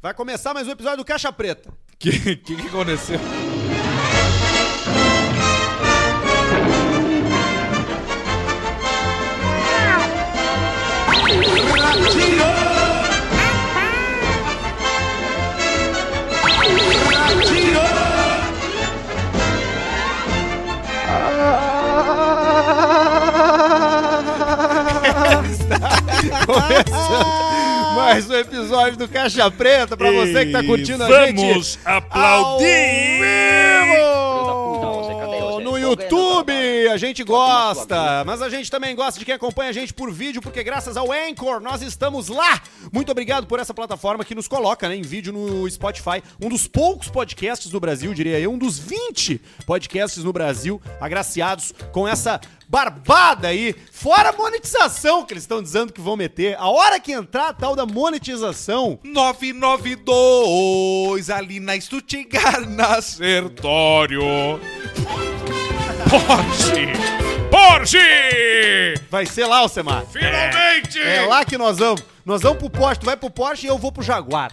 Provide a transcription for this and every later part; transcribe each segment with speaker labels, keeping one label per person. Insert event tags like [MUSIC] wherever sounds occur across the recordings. Speaker 1: Vai começar mais um episódio do Caixa Preta.
Speaker 2: O que, que,
Speaker 1: [LAUGHS]
Speaker 2: que aconteceu?
Speaker 1: Começando mais um episódio do Caixa Preta pra você que tá curtindo a gente.
Speaker 2: Vamos aplaudir!
Speaker 1: Ao vivo! No YouTube a gente gosta, mas a gente também gosta de quem acompanha a gente por vídeo, porque graças ao Anchor nós estamos lá. Muito obrigado por essa plataforma que nos coloca né, em vídeo no Spotify, um dos poucos podcasts do Brasil, diria eu, um dos 20 podcasts no Brasil agraciados com essa barbada aí, fora a monetização que eles estão dizendo que vão meter. A hora que entrar a tal da monetização,
Speaker 2: 992 ali na Stuttgart, na Sertório. Porsche! Porsche!
Speaker 1: vai ser lá, Alcemar.
Speaker 2: Finalmente!
Speaker 1: É lá que nós vamos. Nós vamos pro Porsche, tu vai pro Porsche e eu vou pro Jaguar.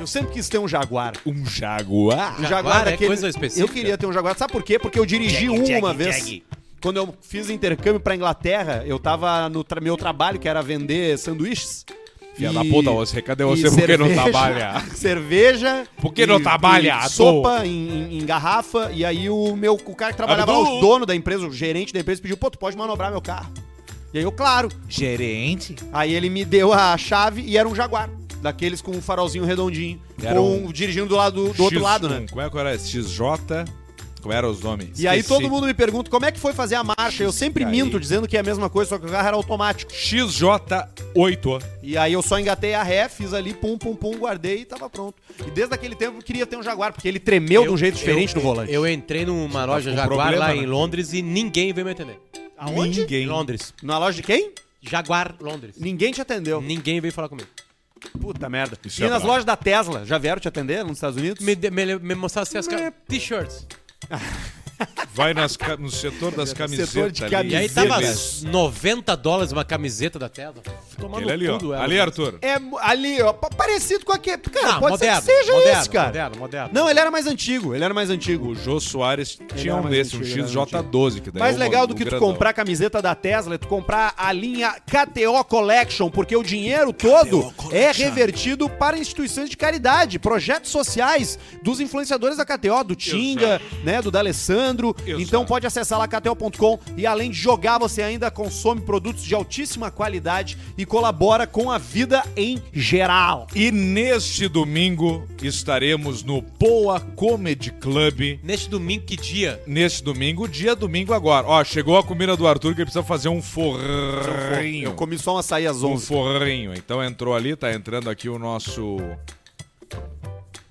Speaker 1: Eu sempre quis ter um Jaguar.
Speaker 2: Um Jaguar.
Speaker 1: Um Jaguar
Speaker 3: é
Speaker 1: aquele...
Speaker 3: coisa específica?
Speaker 1: Eu queria ter um Jaguar. Sabe por quê? Porque eu dirigi um uma vez. Quando eu fiz intercâmbio pra Inglaterra, eu tava no tra- meu trabalho, que era vender sanduíches.
Speaker 2: Filha da puta, você, cadê
Speaker 1: e
Speaker 2: você? Por que não
Speaker 1: cerveja-
Speaker 2: trabalha?
Speaker 1: [LAUGHS] Cerveja.
Speaker 2: Por que não trabalha,
Speaker 1: e
Speaker 2: ator?
Speaker 1: sopa em, em- em garrafa. E aí o meu o cara que trabalhava lá,
Speaker 2: Abdu!
Speaker 1: o dono da empresa, o gerente da empresa, pediu, pô, tu pode manobrar meu carro. E aí eu, claro.
Speaker 3: Gerente?
Speaker 1: Aí ele me deu a chave e era um Jaguar. Daqueles com um farolzinho redondinho.
Speaker 2: Era
Speaker 3: um
Speaker 1: com- dirigindo do, lado, do outro
Speaker 2: X1,
Speaker 1: lado, né?
Speaker 2: Como é que era? XJ. Como eram os nomes?
Speaker 1: E aí
Speaker 2: Esqueci.
Speaker 1: todo mundo me pergunta como é que foi fazer a marcha. Eu sempre
Speaker 2: Aí.
Speaker 1: minto dizendo que é a mesma coisa, só que o carro era automático.
Speaker 2: XJ8.
Speaker 1: E aí eu só engatei a ré, fiz ali, pum, pum, pum, guardei e tava pronto. E desde aquele tempo eu queria ter um Jaguar, porque ele tremeu de um jeito diferente
Speaker 3: eu,
Speaker 1: no volante. Tá
Speaker 3: Eu entrei numa loja
Speaker 2: com
Speaker 3: Jaguar
Speaker 2: problema,
Speaker 3: lá
Speaker 2: né?
Speaker 3: em Londres e ninguém veio me atender.
Speaker 1: Aonde?
Speaker 3: Em Londres.
Speaker 1: Na loja de quem?
Speaker 3: Jaguar, Londres.
Speaker 1: Ninguém te atendeu.
Speaker 3: Ninguém veio falar comigo.
Speaker 1: Puta merda.
Speaker 2: Isso
Speaker 1: e
Speaker 2: é
Speaker 1: nas
Speaker 2: brabo.
Speaker 1: lojas da Tesla, já vieram te atender nos Estados Unidos?
Speaker 3: Me, de- me, me
Speaker 1: assim
Speaker 3: mostrasse as ca- t-shirts.
Speaker 2: Vai nas ca-
Speaker 1: [LAUGHS]
Speaker 2: no setor das camisetas.
Speaker 1: setor de
Speaker 2: ali.
Speaker 1: camisetas.
Speaker 3: E aí tava
Speaker 2: Aquele
Speaker 3: 90 dólares uma camiseta da Tesla. Tomando
Speaker 2: ali, ó.
Speaker 3: tudo ela.
Speaker 2: Ali, Arthur.
Speaker 1: É mo- ali, ó, pa- parecido com aquele. Cara,
Speaker 3: Ah,
Speaker 1: pode
Speaker 3: moderno,
Speaker 1: ser que seja
Speaker 3: moderno,
Speaker 1: esse, cara.
Speaker 3: Moderno, moderno.
Speaker 1: Não, ele era mais antigo, ele era mais antigo.
Speaker 2: O Jô Soares tinha
Speaker 1: era
Speaker 2: um
Speaker 1: mais
Speaker 2: desse, um
Speaker 1: antigo, era
Speaker 2: XJ12. Que
Speaker 1: é
Speaker 2: daí
Speaker 1: Mais
Speaker 2: é o-
Speaker 1: legal do
Speaker 2: o
Speaker 1: que tu
Speaker 2: grandão.
Speaker 1: comprar a camiseta da Tesla é tu comprar a linha KTO Collection, porque o dinheiro todo é revertido para instituições de caridade, projetos sociais dos influenciadores da KTO, do Tinga, né, do D'Alessandro.
Speaker 2: Exato.
Speaker 1: Então pode acessar lá KTO.com e além de jogar, você ainda consome produtos de altíssima qualidade e colabora com a vida em geral.
Speaker 2: E neste domingo estaremos no Poa Comedy
Speaker 1: é-
Speaker 2: Club.
Speaker 3: Neste domingo, que dia?
Speaker 2: Neste domingo, dia domingo agora. Ó, chegou a comida do Arthur que ele precisa fazer um forrinho.
Speaker 1: Eu comi só um açaí às
Speaker 2: Um
Speaker 1: 11.
Speaker 2: forrinho. Então entrou ali, tá entrando aqui o nosso.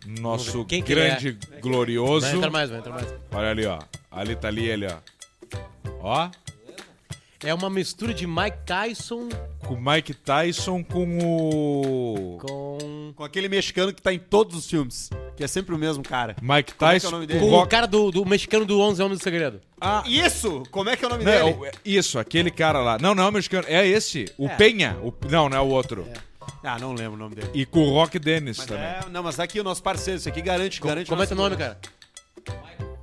Speaker 2: Nosso
Speaker 3: Quem que é?
Speaker 2: grande glorioso.
Speaker 3: Vai entrar mais, vai entrar mais.
Speaker 2: Olha ali, ó. Ali tá ali ele, ó. Ó.
Speaker 3: É uma mistura de Mike Tyson
Speaker 2: Com o Mike Tyson com o.
Speaker 3: com...
Speaker 1: Com aquele mexicano que tá em todos os filmes, que é sempre o mesmo cara.
Speaker 2: Mike
Speaker 1: Como é que é
Speaker 2: Tyson.
Speaker 1: o nome
Speaker 2: com
Speaker 1: dele?
Speaker 3: Com o
Speaker 2: Rock-
Speaker 3: cara do, do mexicano do 11 Homens do Segredo.
Speaker 2: Ah,
Speaker 1: Isso! Como é que é o nome
Speaker 2: não, é
Speaker 1: dele?
Speaker 2: o- é isso, aquele cara lá. Não, não é o mexicano. É esse. O
Speaker 3: É.
Speaker 2: Penha. O- não, não é o outro.
Speaker 1: Ah, não lembro o nome dele.
Speaker 2: E com o Rock Dennis
Speaker 1: Mas
Speaker 2: também.
Speaker 1: é, não, mas aqui o nosso parceiro, isso aqui garante, garante.
Speaker 3: Como é
Speaker 1: nosso-
Speaker 3: teu nome, cara?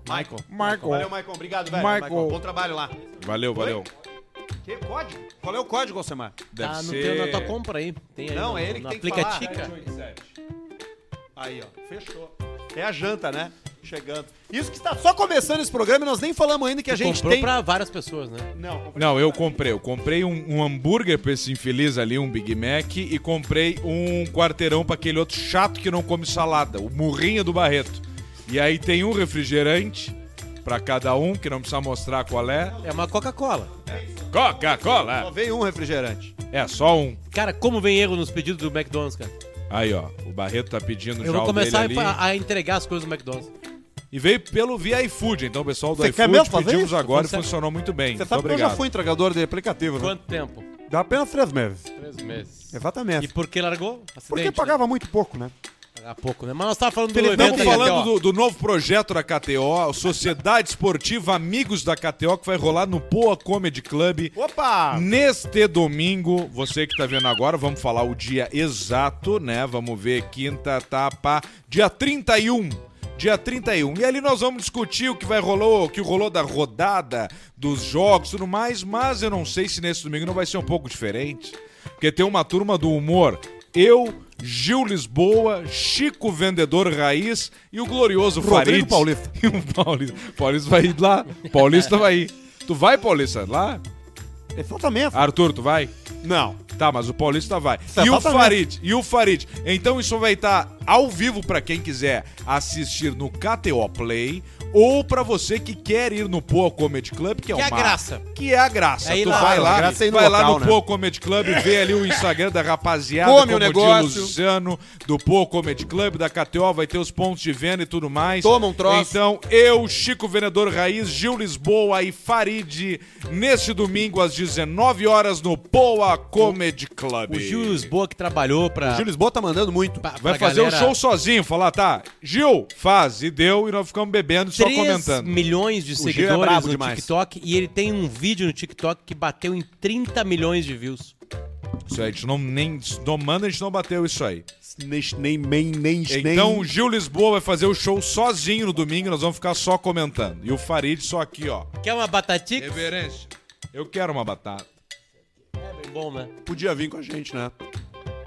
Speaker 1: Michael.
Speaker 2: Michael.
Speaker 1: Valeu, Michael. Obrigado, velho.
Speaker 2: Michael.
Speaker 1: Bom trabalho lá.
Speaker 2: Valeu, valeu.
Speaker 1: Que código? Qual é o código, Alcemar?
Speaker 2: Deve
Speaker 3: tá no
Speaker 2: ser.
Speaker 3: teu, na tua compra aí. Tem aí
Speaker 1: Não,
Speaker 3: no,
Speaker 1: é ele
Speaker 3: no
Speaker 1: que tem que falar.
Speaker 3: aplicatica.
Speaker 1: Aí, ó. Fechou. É a janta, né? Chegando. Isso que está só começando esse programa e nós nem falamos ainda que a
Speaker 3: Tu
Speaker 1: gente
Speaker 3: comprou
Speaker 1: tem...
Speaker 3: pra várias pessoas, né?
Speaker 1: Não, comprei-
Speaker 2: Não, eu comprei. Eu comprei um, um hambúrguer pra esse infeliz ali, um Big Mac, e comprei um quarteirão pra aquele outro chato que não come salada, o murrinho do Barreto. E aí tem um refrigerante pra cada um, que não precisa mostrar qual é.
Speaker 3: É uma Coca-Cola.
Speaker 1: Só
Speaker 2: Coca-Cola!
Speaker 1: veio um refrigerante.
Speaker 2: É, só um.
Speaker 3: Cara, como vem erro nos pedidos do McDonald's, cara?
Speaker 2: Aí, ó, o Barreto tá pedindo já
Speaker 3: Eu vou
Speaker 2: o dele
Speaker 3: começar
Speaker 2: ali.
Speaker 3: a, a entregar as coisas do McDonald's.
Speaker 2: E veio pelo via iFood, então o pessoal do
Speaker 1: Você quer
Speaker 2: iFood
Speaker 1: mesmo fazer
Speaker 2: pedimos
Speaker 1: isso?
Speaker 2: agora e
Speaker 3: Consegue.
Speaker 2: funcionou muito bem.
Speaker 1: Você
Speaker 2: Muito
Speaker 1: sabe que eu já
Speaker 2: obrigado.
Speaker 1: fui entregador de aplicativo, né?
Speaker 3: Quanto tempo?
Speaker 1: Dá apenas três meses.
Speaker 3: Três meses.
Speaker 1: Exatamente.
Speaker 3: E É por que largou? Acidente,
Speaker 1: Porque
Speaker 3: né?
Speaker 1: pagava muito pouco, né?
Speaker 3: Há pouco, né? Mas nós tava falando do
Speaker 2: Estamos
Speaker 3: evento aí,
Speaker 2: falando
Speaker 3: até, ó.
Speaker 2: do, do novo projeto da KTO, a Sociedade Esportiva Amigos da KTO, que vai rolar no Poa Comedy Club.
Speaker 1: Opa!
Speaker 2: Neste domingo, você que tá vendo agora, vamos falar o dia exato, né? Vamos ver, quinta, tá, pá, dia 31. Dia 31. E ali nós vamos discutir o que vai rolou, o que rolou da rodada, dos jogos, tudo mais, mas eu não sei se nesse domingo não vai ser um pouco diferente, porque tem uma turma do humor. Eu, Gil Lisboa, Chico Vendedor Raiz e o glorioso
Speaker 1: Rodrigo
Speaker 2: Farid.
Speaker 1: Paulista.
Speaker 2: [LAUGHS] E o Paulista. Paulista vai ir lá. Paulista vai ir. Tu vai, Paulista, lá?
Speaker 1: Exatamente.
Speaker 2: Arthur, tu vai?
Speaker 1: Não.
Speaker 2: Tá, mas o Paulista vai.
Speaker 1: é
Speaker 2: e o
Speaker 1: falta
Speaker 2: Farid, e o Farid. Então isso vai estar ao vivo pra quem quiser assistir no KTO Play ou pra você que quer ir no Poa Comedy Club, que é
Speaker 3: Que é
Speaker 2: uma
Speaker 3: a graça.
Speaker 2: Que é a graça.
Speaker 3: É ir
Speaker 2: tu
Speaker 3: lá.
Speaker 2: vai lá,
Speaker 1: A graça é ir no
Speaker 2: vai lá
Speaker 1: local,
Speaker 2: no
Speaker 1: né?
Speaker 2: Poa Comedy Club, vê ali o Instagram da rapaziada,
Speaker 1: Come o
Speaker 2: diz
Speaker 1: negócio.
Speaker 2: Luciano, do Poa Comedy Club, da KTO, vai ter os pontos de venda e tudo mais.
Speaker 1: Toma um troço.
Speaker 2: Então, eu, Chico Venedor Raiz, Gil Lisboa e Farid, neste domingo às 19 horas no Poa Comedy Club.
Speaker 3: O Gil Lisboa que trabalhou pra.
Speaker 1: O Gil Lisboa tá mandando muito.
Speaker 3: pra-
Speaker 2: Vai
Speaker 3: pra
Speaker 2: fazer um
Speaker 3: galera
Speaker 2: show sozinho, falar, tá, Gil, faz, e deu, e nós ficamos bebendo e só
Speaker 3: 3
Speaker 2: comentando.
Speaker 3: milhões de
Speaker 1: Gil é
Speaker 3: seguidores
Speaker 1: brabo
Speaker 3: no
Speaker 1: demais.
Speaker 3: TikTok e ele tem um vídeo no TikTok que bateu em 30 milhões de views.
Speaker 2: Isso aí, a gente não, nem, não manda, a gente não bateu isso aí.
Speaker 1: Nem, nem, nem, nem.
Speaker 2: Então o Gil Lisboa vai fazer o show sozinho no domingo, nós vamos ficar só comentando. E o Farid só aqui, ó.
Speaker 3: Quer uma batatica?
Speaker 2: Reverência, eu quero uma batata.
Speaker 3: É bem bom, né?
Speaker 1: podia vir com a gente, né?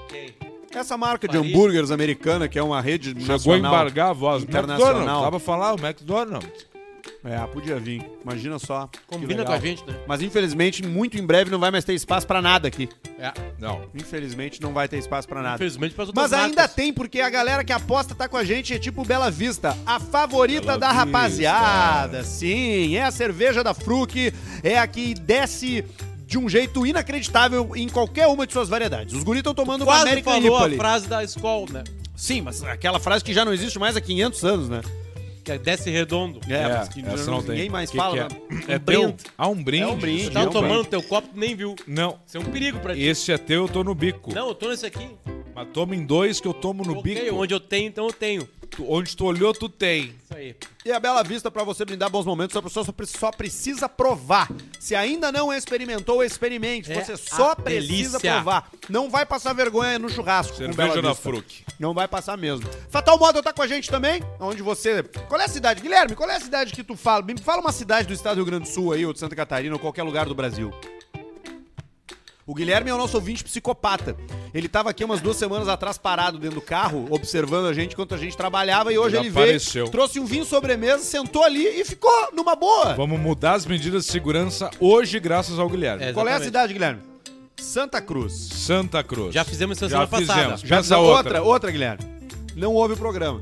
Speaker 3: Quem?
Speaker 1: Essa marca de
Speaker 3: Paris.
Speaker 1: hambúrgueres americana, que é uma rede nacional.
Speaker 2: Chegou a embargar a voz.
Speaker 1: Internacional.
Speaker 2: McDonald's, dá pra falar o McDonald's.
Speaker 1: É, podia vir. Imagina só. que
Speaker 3: Combina
Speaker 1: legal.
Speaker 3: com a gente, né?
Speaker 1: Mas infelizmente, muito em breve não vai mais ter espaço pra nada aqui.
Speaker 3: É.
Speaker 2: Não.
Speaker 1: Infelizmente não vai ter espaço pra nada.
Speaker 3: Infelizmente, para
Speaker 1: Mas ainda tem, porque a galera que aposta tá com a gente, é tipo Bela Vista, a favorita
Speaker 2: Bela
Speaker 1: da
Speaker 2: Vista.
Speaker 1: rapaziada. Sim, é a cerveja da Fruc, é a que desce de um jeito inacreditável em qualquer uma de suas variedades. Os guris estão tomando uma
Speaker 3: Quase
Speaker 1: América
Speaker 3: falou a
Speaker 1: Ripoli.
Speaker 3: frase da escola, né?
Speaker 1: Sim, mas aquela frase que já não existe mais há 500 anos, né?
Speaker 3: Que é desce redondo.
Speaker 1: É, mas que já não- ninguém mais
Speaker 2: Que
Speaker 1: fala.
Speaker 2: que
Speaker 1: né?
Speaker 2: é? É teu?
Speaker 3: Um brinde.
Speaker 2: Ah, um brinde.
Speaker 1: É um brinde,
Speaker 3: Você
Speaker 2: Isso
Speaker 1: é
Speaker 3: tava
Speaker 1: um
Speaker 3: tomando teu copo, tu nem viu.
Speaker 2: Não.
Speaker 3: Isso é um perigo pra ti.
Speaker 2: Esse é teu, eu tô no bico.
Speaker 3: Não, eu tô nesse aqui.
Speaker 2: Mas toma em dois que eu tomo no
Speaker 3: Ok,
Speaker 2: bico.
Speaker 3: Onde eu tenho, então eu tenho. Isso
Speaker 2: Tu- onde tu olhou, tu tem.
Speaker 3: aí.
Speaker 1: E a Bela Vista, pra você brindar bons momentos, a pessoa só, pre- só precisa provar. Se ainda não experimentou, experimente.
Speaker 3: É
Speaker 1: você só
Speaker 3: a
Speaker 1: precisa
Speaker 3: delícia.
Speaker 1: provar. Não vai passar vergonha no churrasco. com Bela
Speaker 2: Cerveja da
Speaker 1: Vista.
Speaker 2: Fruc.
Speaker 1: Não vai passar mesmo. Fatal Model tá com a gente também, onde você... Qual é a cidade? Guilherme, qual é a cidade que tu fala? Me fala uma cidade do estado do Rio Grande do Sul aí, ou de Santa Catarina, ou qualquer lugar do Brasil. O Guilherme é o nosso ouvinte psicopata. Ele tava aqui umas duas semanas atrás parado dentro do carro, observando a gente enquanto a gente trabalhava, e hoje
Speaker 2: Já
Speaker 1: ele
Speaker 2: apareceu.
Speaker 1: veio, trouxe um vinho sobremesa, sentou ali e ficou numa boa.
Speaker 2: Vamos mudar as medidas de segurança hoje, graças ao Guilherme.
Speaker 3: É.
Speaker 1: Qual é a
Speaker 3: exatamente.
Speaker 1: cidade, Guilherme? Santa Cruz.
Speaker 2: Santa Cruz.
Speaker 3: Já fizemos isso na
Speaker 2: Já
Speaker 3: semana passada.
Speaker 2: fizemos. Pensa
Speaker 1: Não,
Speaker 2: outra.
Speaker 1: outra, outra, Guilherme. Não houve o programa.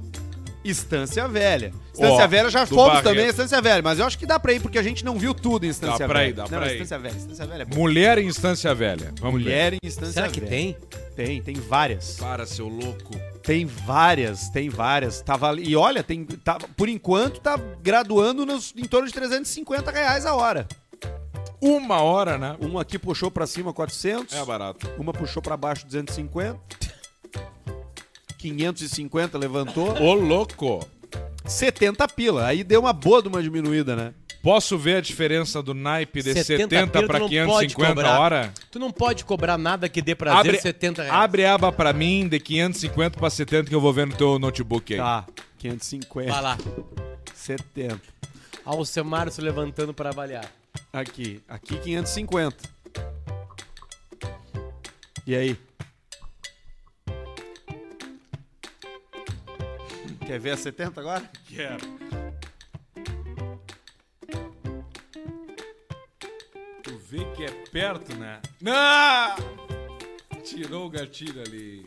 Speaker 1: Estância Velha. Estância
Speaker 2: Ó,
Speaker 1: Velha já
Speaker 2: do
Speaker 1: fomos
Speaker 2: Barreto.
Speaker 1: também, Estância Velha. Mas eu acho que dá pra ir, porque a gente não viu tudo em Estância
Speaker 2: Dá
Speaker 1: Velha.
Speaker 2: pra ir, dá
Speaker 1: não,
Speaker 2: pra ir.
Speaker 1: Estância Velha, Estância Velha é bom.
Speaker 2: Mulher em instância velha. Vamos ver.
Speaker 1: Mulher em Estância
Speaker 3: Será que
Speaker 1: Velha.
Speaker 3: tem?
Speaker 1: Tem, tem várias.
Speaker 2: Para, seu louco.
Speaker 1: Tem várias, tem várias. Tava, ali- e olha, tem, tá, por enquanto tá graduando nos, em torno de 350 reais a hora.
Speaker 2: Uma hora, né?
Speaker 1: Uma aqui puxou pra cima 400.
Speaker 2: É barato.
Speaker 1: uma puxou pra baixo 250. 550 levantou.
Speaker 2: Ô, louco.
Speaker 1: 70 pila. Aí deu uma boa de uma diminuída, né?
Speaker 2: Posso ver a diferença do naipe de 70,
Speaker 3: 70
Speaker 2: pra
Speaker 3: tu não
Speaker 2: 550
Speaker 3: pode
Speaker 2: a
Speaker 3: cobrar.
Speaker 2: hora?
Speaker 3: Tu não pode cobrar nada que dê prazer 70 reais.
Speaker 2: abre a aba pra mim de 550 pra 70 que eu vou ver no teu notebook aí.
Speaker 1: Tá. 550,
Speaker 3: Vai lá.
Speaker 1: 70.
Speaker 3: Alcemar se levantando pra avaliar.
Speaker 1: Aqui. Aqui 550. E aí? Quer ver a 70 agora?
Speaker 2: Quero. Tu vê que é perto, né? Não! Tirou o gatilho ali.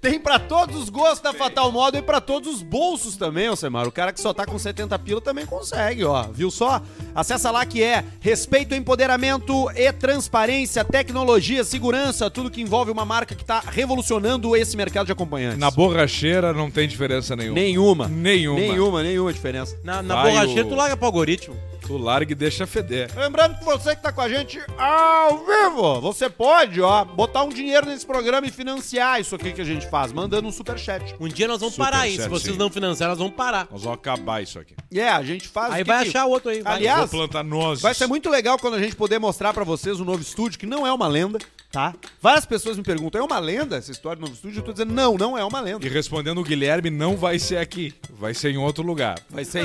Speaker 1: Tem pra todos os gostos da Fatal Model e pra todos os bolsos também, Alcemar. O cara que só tá com 70 pila também consegue, ó. Viu só? Acessa lá que é respeito, empoderamento e transparência, tecnologia, segurança, tudo que envolve uma marca que tá revolucionando esse mercado de acompanhantes.
Speaker 2: Na borracheira não tem diferença nenhuma.
Speaker 1: Nenhuma.
Speaker 2: Nenhuma.
Speaker 1: Nenhuma, nenhuma diferença.
Speaker 3: Na, na
Speaker 2: Vai
Speaker 3: borracheira
Speaker 2: o-
Speaker 3: tu larga pro algoritmo.
Speaker 2: Tu larga e deixa feder.
Speaker 1: Lembrando que você que tá com a gente ao vivo, você pode, ó, botar um dinheiro nesse programa e financiar isso aqui que a gente faz, mandando um superchat.
Speaker 3: Um dia nós vamos
Speaker 2: Super
Speaker 3: parar isso. Se
Speaker 2: certo,
Speaker 3: vocês
Speaker 2: sim.
Speaker 3: não financiarem, nós vamos parar.
Speaker 2: Nós vamos acabar isso aqui.
Speaker 1: É, a gente faz.
Speaker 3: Aí
Speaker 1: o que
Speaker 3: vai
Speaker 1: que-
Speaker 3: achar outro aí. vai.
Speaker 1: Aliás,
Speaker 2: Vou plantar nozes.
Speaker 1: Vai ser muito legal quando a gente poder mostrar pra vocês o novo estúdio, que não é uma lenda, tá? Várias pessoas me perguntam, é uma lenda essa história do novo estúdio? Eu tô dizendo, não, não é uma lenda.
Speaker 2: E respondendo o Guilherme, não vai ser aqui. Vai ser em outro lugar.
Speaker 1: Vai ser,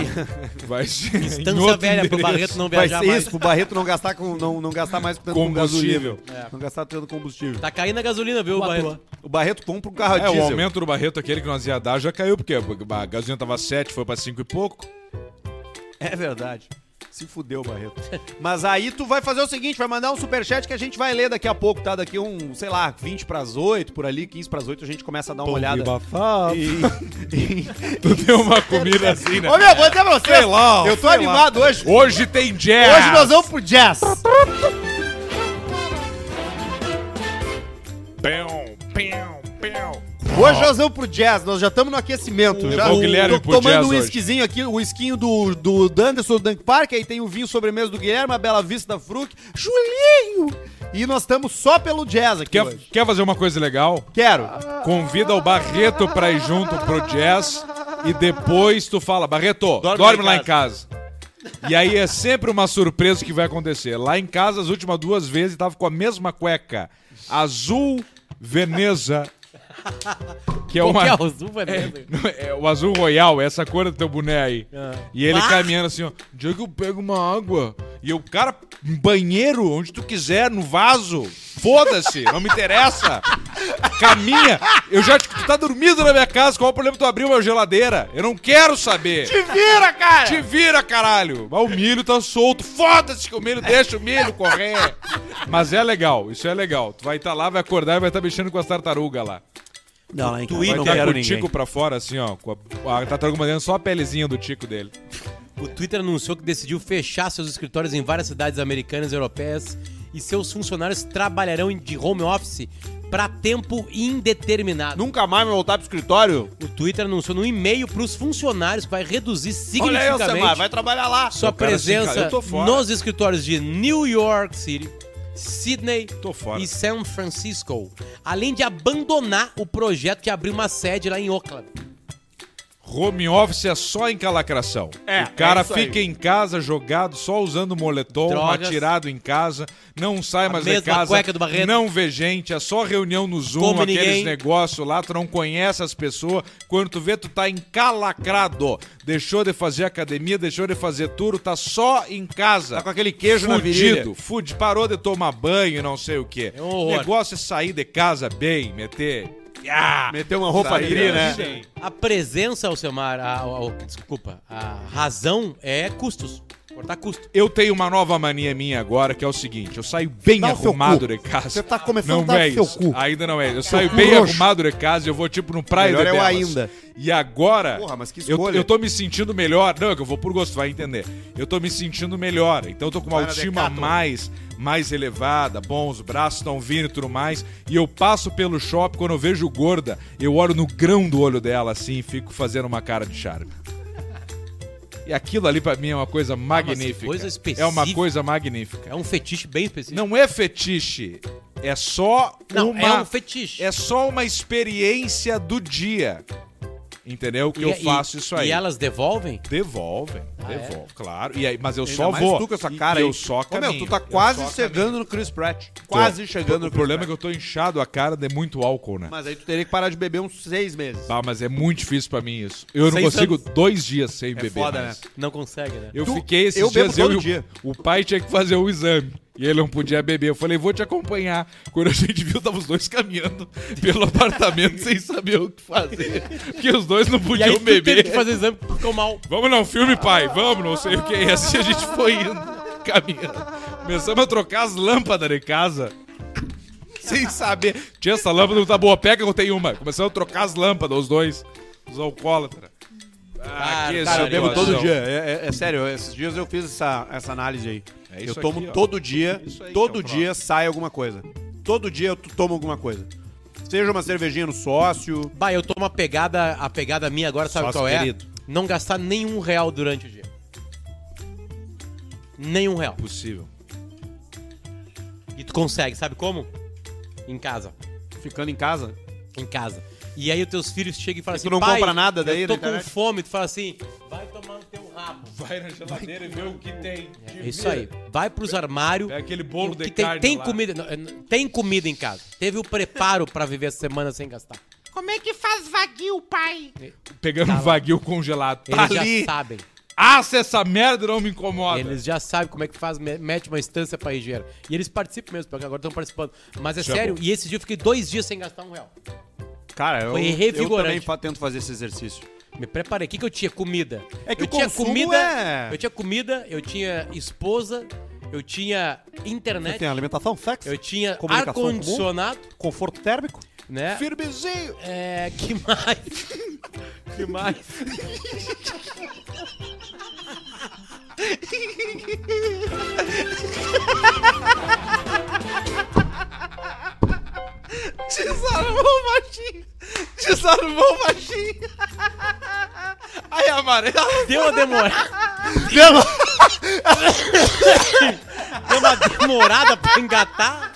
Speaker 2: Vai ser em
Speaker 3: Distância
Speaker 2: outro
Speaker 3: velha pro
Speaker 2: endereço.
Speaker 3: Barreto
Speaker 1: [LAUGHS]
Speaker 3: não
Speaker 1: vai
Speaker 3: viajar
Speaker 1: ser
Speaker 3: mais.
Speaker 1: isso, pro Barreto não gastar, com, não, não gastar mais tanto com
Speaker 2: Combustível. É.
Speaker 1: gasolina. Não gastar tanto combustível.
Speaker 3: Tá caindo a gasolina, viu, Barreto?
Speaker 1: O Barreto compra um carro a
Speaker 2: É, o
Speaker 1: diesel.
Speaker 2: aumento do Barreto, aquele que nós ia dar, já caiu, porque a gasolina tava 7, foi pra 5 e pouco. [LAUGHS]
Speaker 1: É verdade. Se fudeu, Barreto. Mas aí tu vai fazer o seguinte, vai mandar um superchat que a gente vai ler daqui a pouco, tá? Daqui um, sei lá, 20 pras 8, por ali, 15 pras 8, a gente começa a dar uma olhada. E-
Speaker 2: Tu deu uma comida assim,
Speaker 1: [LAUGHS]
Speaker 2: né?
Speaker 1: Ô meu, vou dizer pra vocês,
Speaker 2: Sei lá,
Speaker 1: eu tô
Speaker 2: sei
Speaker 1: animado hoje.
Speaker 2: Hoje tem jazz!
Speaker 1: Hoje nós vamos pro jazz.
Speaker 2: Pão, pão, pão.
Speaker 1: Hoje nós vamos pro jazz, nós já estamos no aquecimento. Já
Speaker 2: Levar o Guilherme
Speaker 1: tô
Speaker 2: pro jazz
Speaker 1: tomando um
Speaker 2: hoje.
Speaker 1: whiskyzinho aqui, o whiskinho do, do Danderson, do Dunk Park, aí tem o vinho sobremesa do Guilherme, a Bela Vista da Fruc, Julinho! E nós estamos só pelo jazz aqui
Speaker 2: Quer,
Speaker 1: hoje.
Speaker 2: quer fazer uma coisa legal?
Speaker 1: Quero.
Speaker 2: Convida o Barreto pra ir junto pro jazz e depois tu fala, Barreto, dorme, lá em casa. E aí é sempre uma surpresa que vai acontecer. Lá em casa, as últimas duas vezes, tava com a mesma cueca. Azul Veneza. Que é uma.
Speaker 3: Qualquer azul vai mesmo.
Speaker 2: É, o azul royal, essa cor do teu boné aí. E ele
Speaker 3: Ah.
Speaker 2: caminhando assim, ó. Diego, eu pego uma água. E eu, cara, em banheiro, onde tu quiser, no vaso. Foda-se, não me interessa. Caminha. Eu já te, tu tá dormindo na minha casa, qual o problema tu abrir uma geladeira? Eu não quero saber.
Speaker 1: Te vira, cara!
Speaker 2: Te vira, caralho! Mas o milho tá solto. Foda-se que o milho deixa o milho correr. Mas é legal, isso é legal. Tu vai estar lá, vai acordar e vai estar mexendo com as tartarugas lá.
Speaker 1: Não, lá em
Speaker 3: Twitter,
Speaker 2: Vai
Speaker 3: não
Speaker 2: estar
Speaker 3: quero
Speaker 2: com o
Speaker 3: ninguém.
Speaker 2: tico pra fora, assim, ó. Com a, a tartaruga mandando só a pelezinha do tico dele.
Speaker 3: O Twitter anunciou que decidiu fechar seus escritórios em várias cidades americanas e europeias e seus funcionários trabalharão em- de home office pra tempo indeterminado.
Speaker 1: Nunca mais vai voltar pro escritório?
Speaker 3: O Twitter anunciou num e-mail pros funcionários que vai reduzir
Speaker 1: Olha aí,
Speaker 3: significativamente
Speaker 1: Alcemar, vai trabalhar lá.
Speaker 3: sua
Speaker 2: O cara assim, cara,
Speaker 3: presença
Speaker 2: eu tô fora.
Speaker 3: nos escritórios de New York City, Sydney
Speaker 2: Tô fora.
Speaker 3: e San Francisco, além de abandonar o projeto de abrir uma sede lá em Oakland.
Speaker 2: Home office é só encalacração.
Speaker 1: É,
Speaker 2: o cara
Speaker 1: é isso aí.
Speaker 2: fica em casa jogado, só usando moletom,
Speaker 3: Drogas.
Speaker 2: atirado em casa, não sai mais de
Speaker 3: mesma
Speaker 2: casa,
Speaker 3: cueca do Barreto.
Speaker 2: não vê gente, é só reunião no Zoom,
Speaker 3: Come
Speaker 2: aqueles
Speaker 3: ninguém.
Speaker 2: negócios lá, tu não conhece as pessoas, quando tu vê tu tá encalacrado, deixou de fazer academia, deixou de fazer tudo, tá só em casa.
Speaker 1: Tá com aquele queijo na virilha.
Speaker 2: Fudido, fude, parou de tomar banho, não sei o quê.
Speaker 3: É um
Speaker 2: o
Speaker 3: horror.
Speaker 2: negócio é sair de casa bem, meter... Ah,
Speaker 1: Meteu uma roupa
Speaker 2: sair
Speaker 1: tri, né?
Speaker 2: assim.
Speaker 3: A presença, Alcemar, a, a- a- desculpa, a razão é custos. Cortar custo.
Speaker 2: Eu tenho uma nova mania minha agora, que é o seguinte: eu saio bem
Speaker 1: Dá o seu cu.
Speaker 2: arrumado de casa.
Speaker 1: Você tá começando
Speaker 2: não
Speaker 1: a dar
Speaker 2: é
Speaker 1: o seu
Speaker 2: isso.
Speaker 1: cu.
Speaker 2: Ainda não é. Eu saio bem
Speaker 1: roxo.
Speaker 2: arrumado de casa e eu vou tipo no praia
Speaker 1: Melhor
Speaker 2: de
Speaker 1: é o
Speaker 2: Belas.
Speaker 1: ainda.
Speaker 2: E agora.
Speaker 1: Porra, mas que
Speaker 2: eu, tô-
Speaker 1: escolha.
Speaker 2: eu tô me sentindo melhor. Não, é que eu vou por gosto, vai entender. Eu tô me sentindo melhor. Então eu tô com uma
Speaker 1: Vai na
Speaker 2: autoestima
Speaker 1: Decathlon.
Speaker 2: mais, mais elevada, bom, os braços estão vindo e tudo mais. E eu passo pelo shopping, quando eu vejo gorda, eu olho no grão do olho dela assim e fico fazendo uma cara de charme. E aquilo ali pra mim é uma coisa
Speaker 1: Ah,
Speaker 2: magnífica.
Speaker 3: coisa
Speaker 2: é uma
Speaker 3: específica.
Speaker 2: coisa magnífica.
Speaker 3: É um fetiche bem específico.
Speaker 2: Não é fetiche, é só
Speaker 3: Não,
Speaker 2: uma
Speaker 3: é um fetiche.
Speaker 2: é só uma experiência do dia. Entendeu? Que eu faço isso aí.
Speaker 3: E elas devolvem?
Speaker 2: Devolvem, devolvem, claro. E aí, mas eu
Speaker 1: Ah, é? Ainda
Speaker 2: só
Speaker 1: mais
Speaker 2: vou.
Speaker 1: tu com essa
Speaker 2: E-
Speaker 1: cara
Speaker 2: e
Speaker 1: aí.
Speaker 2: eu só
Speaker 1: Ô,
Speaker 2: caminho.
Speaker 1: meu, tu tá
Speaker 2: Eu
Speaker 1: quase
Speaker 2: só
Speaker 1: chegando
Speaker 2: caminho.
Speaker 1: no Chris Pratt.
Speaker 2: Tô.
Speaker 1: Quase chegando
Speaker 2: O
Speaker 1: no Chris
Speaker 2: problema é
Speaker 1: Pratt.
Speaker 2: que eu tô inchado a cara de muito álcool, né?
Speaker 1: Mas aí tu teria que parar de beber uns seis meses.
Speaker 2: Ah, mas é muito difícil pra mim isso. Eu não
Speaker 3: Seis
Speaker 2: consigo
Speaker 3: anos.
Speaker 2: dois dias sem beber.
Speaker 1: tá- foda,
Speaker 2: mais.
Speaker 1: né?
Speaker 3: Não consegue, né?
Speaker 2: Eu
Speaker 1: Tu-
Speaker 2: fiquei esses
Speaker 1: eu bebo
Speaker 2: dias, eu
Speaker 1: todo
Speaker 2: e o,
Speaker 1: dia.
Speaker 2: o pai tinha que fazer o exame. E ele não podia beber. Eu falei, vou te acompanhar. Quando a gente viu, tava os dois caminhando [LAUGHS] pelo apartamento sem saber o que fazer. Porque os dois não
Speaker 3: E
Speaker 2: podiam
Speaker 3: aí tu teve
Speaker 2: beber.
Speaker 3: que [LAUGHS] fazer exame porque ficou mal.
Speaker 2: Vamos não, filme, pai. Vamos, não sei o que. E assim a gente foi indo, [LAUGHS] caminhando. Começamos a trocar as lâmpadas de casa. [LAUGHS] Sem saber. Tinha essa lâmpada, não tá boa. Pega que eu tenho uma. Começamos a trocar as lâmpadas, os dois. Os alcoólatras.
Speaker 3: Ah,
Speaker 2: que
Speaker 3: cara,
Speaker 1: Cara, eu bebo
Speaker 2: situação.
Speaker 1: todo dia. É, é- é sério, esses dias eu fiz essa, essa análise aí.
Speaker 2: É
Speaker 1: eu
Speaker 2: isso
Speaker 1: tomo
Speaker 2: aqui, ó.
Speaker 1: todo dia,
Speaker 2: Isso aí que é
Speaker 1: todo
Speaker 2: o
Speaker 1: dia sai alguma coisa. Todo dia eu t- tomo alguma coisa. Seja uma cervejinha no sócio.
Speaker 3: Bah, eu tomo a pegada, a pegada minha agora, sabe
Speaker 1: Sócio
Speaker 3: qual é?
Speaker 1: querido.
Speaker 3: Não gastar nenhum real durante o dia. Nenhum real.
Speaker 2: Possível.
Speaker 3: E tu consegue, sabe como? Em casa.
Speaker 1: Ficando em casa.
Speaker 3: Em casa. E aí os teus filhos chegam e falam
Speaker 1: E tu
Speaker 3: assim,
Speaker 1: não
Speaker 3: pai,
Speaker 1: compra nada daí
Speaker 2: né,
Speaker 3: eu tô
Speaker 1: na
Speaker 3: com
Speaker 1: internet?"
Speaker 3: fome, tu fala assim, vai tomar no teu rabo.
Speaker 2: Vai na geladeira e vê o que tem.
Speaker 3: É isso aí. Vai pros armários.
Speaker 2: Pega É aquele bolo
Speaker 3: O que
Speaker 2: de
Speaker 3: tem,
Speaker 2: carne
Speaker 3: tem
Speaker 2: lá.
Speaker 3: comida, não, é, não, tem comida em casa. Teve o preparo pra viver a semana sem gastar.
Speaker 4: Como é que faz vaguio, pai?
Speaker 2: Pegando um vaguio congelado. Tá
Speaker 3: Eles
Speaker 2: ali.
Speaker 3: já sabem.
Speaker 2: Assa essa merda não me incomoda.
Speaker 3: Eles já sabem como é que faz, me- mete uma instância pra RGR. E eles participam mesmo, porque agora estão participando. Mas é
Speaker 2: Isso é
Speaker 3: sério,
Speaker 2: bom.
Speaker 3: e esse dia eu fiquei dois dias sem gastar um real.
Speaker 1: Cara, eu,
Speaker 3: Foi
Speaker 1: eu
Speaker 3: revigorante.
Speaker 1: também fa- tento fazer esse exercício.
Speaker 3: Me preparei. O que, que eu tinha? Comida.
Speaker 1: É que
Speaker 3: eu
Speaker 1: o
Speaker 3: tinha
Speaker 1: consumo
Speaker 3: comida.
Speaker 1: é-
Speaker 3: Eu tinha comida, eu tinha esposa, eu tinha
Speaker 1: Você
Speaker 3: internet,
Speaker 1: tem alimentação, sexo,
Speaker 3: É. eu tinha
Speaker 1: comunicação com o mundo,
Speaker 3: ar-condicionado,
Speaker 1: conforto térmico.
Speaker 3: né?
Speaker 2: Firmezinho.
Speaker 3: É, que mais? que mais?
Speaker 4: Desarmou o baixinho! Desarmou o baixinho!
Speaker 2: Aí, amarelo.
Speaker 3: Deu uma demorada.
Speaker 1: Deu uma-
Speaker 3: Deu uma demorada pra engatar,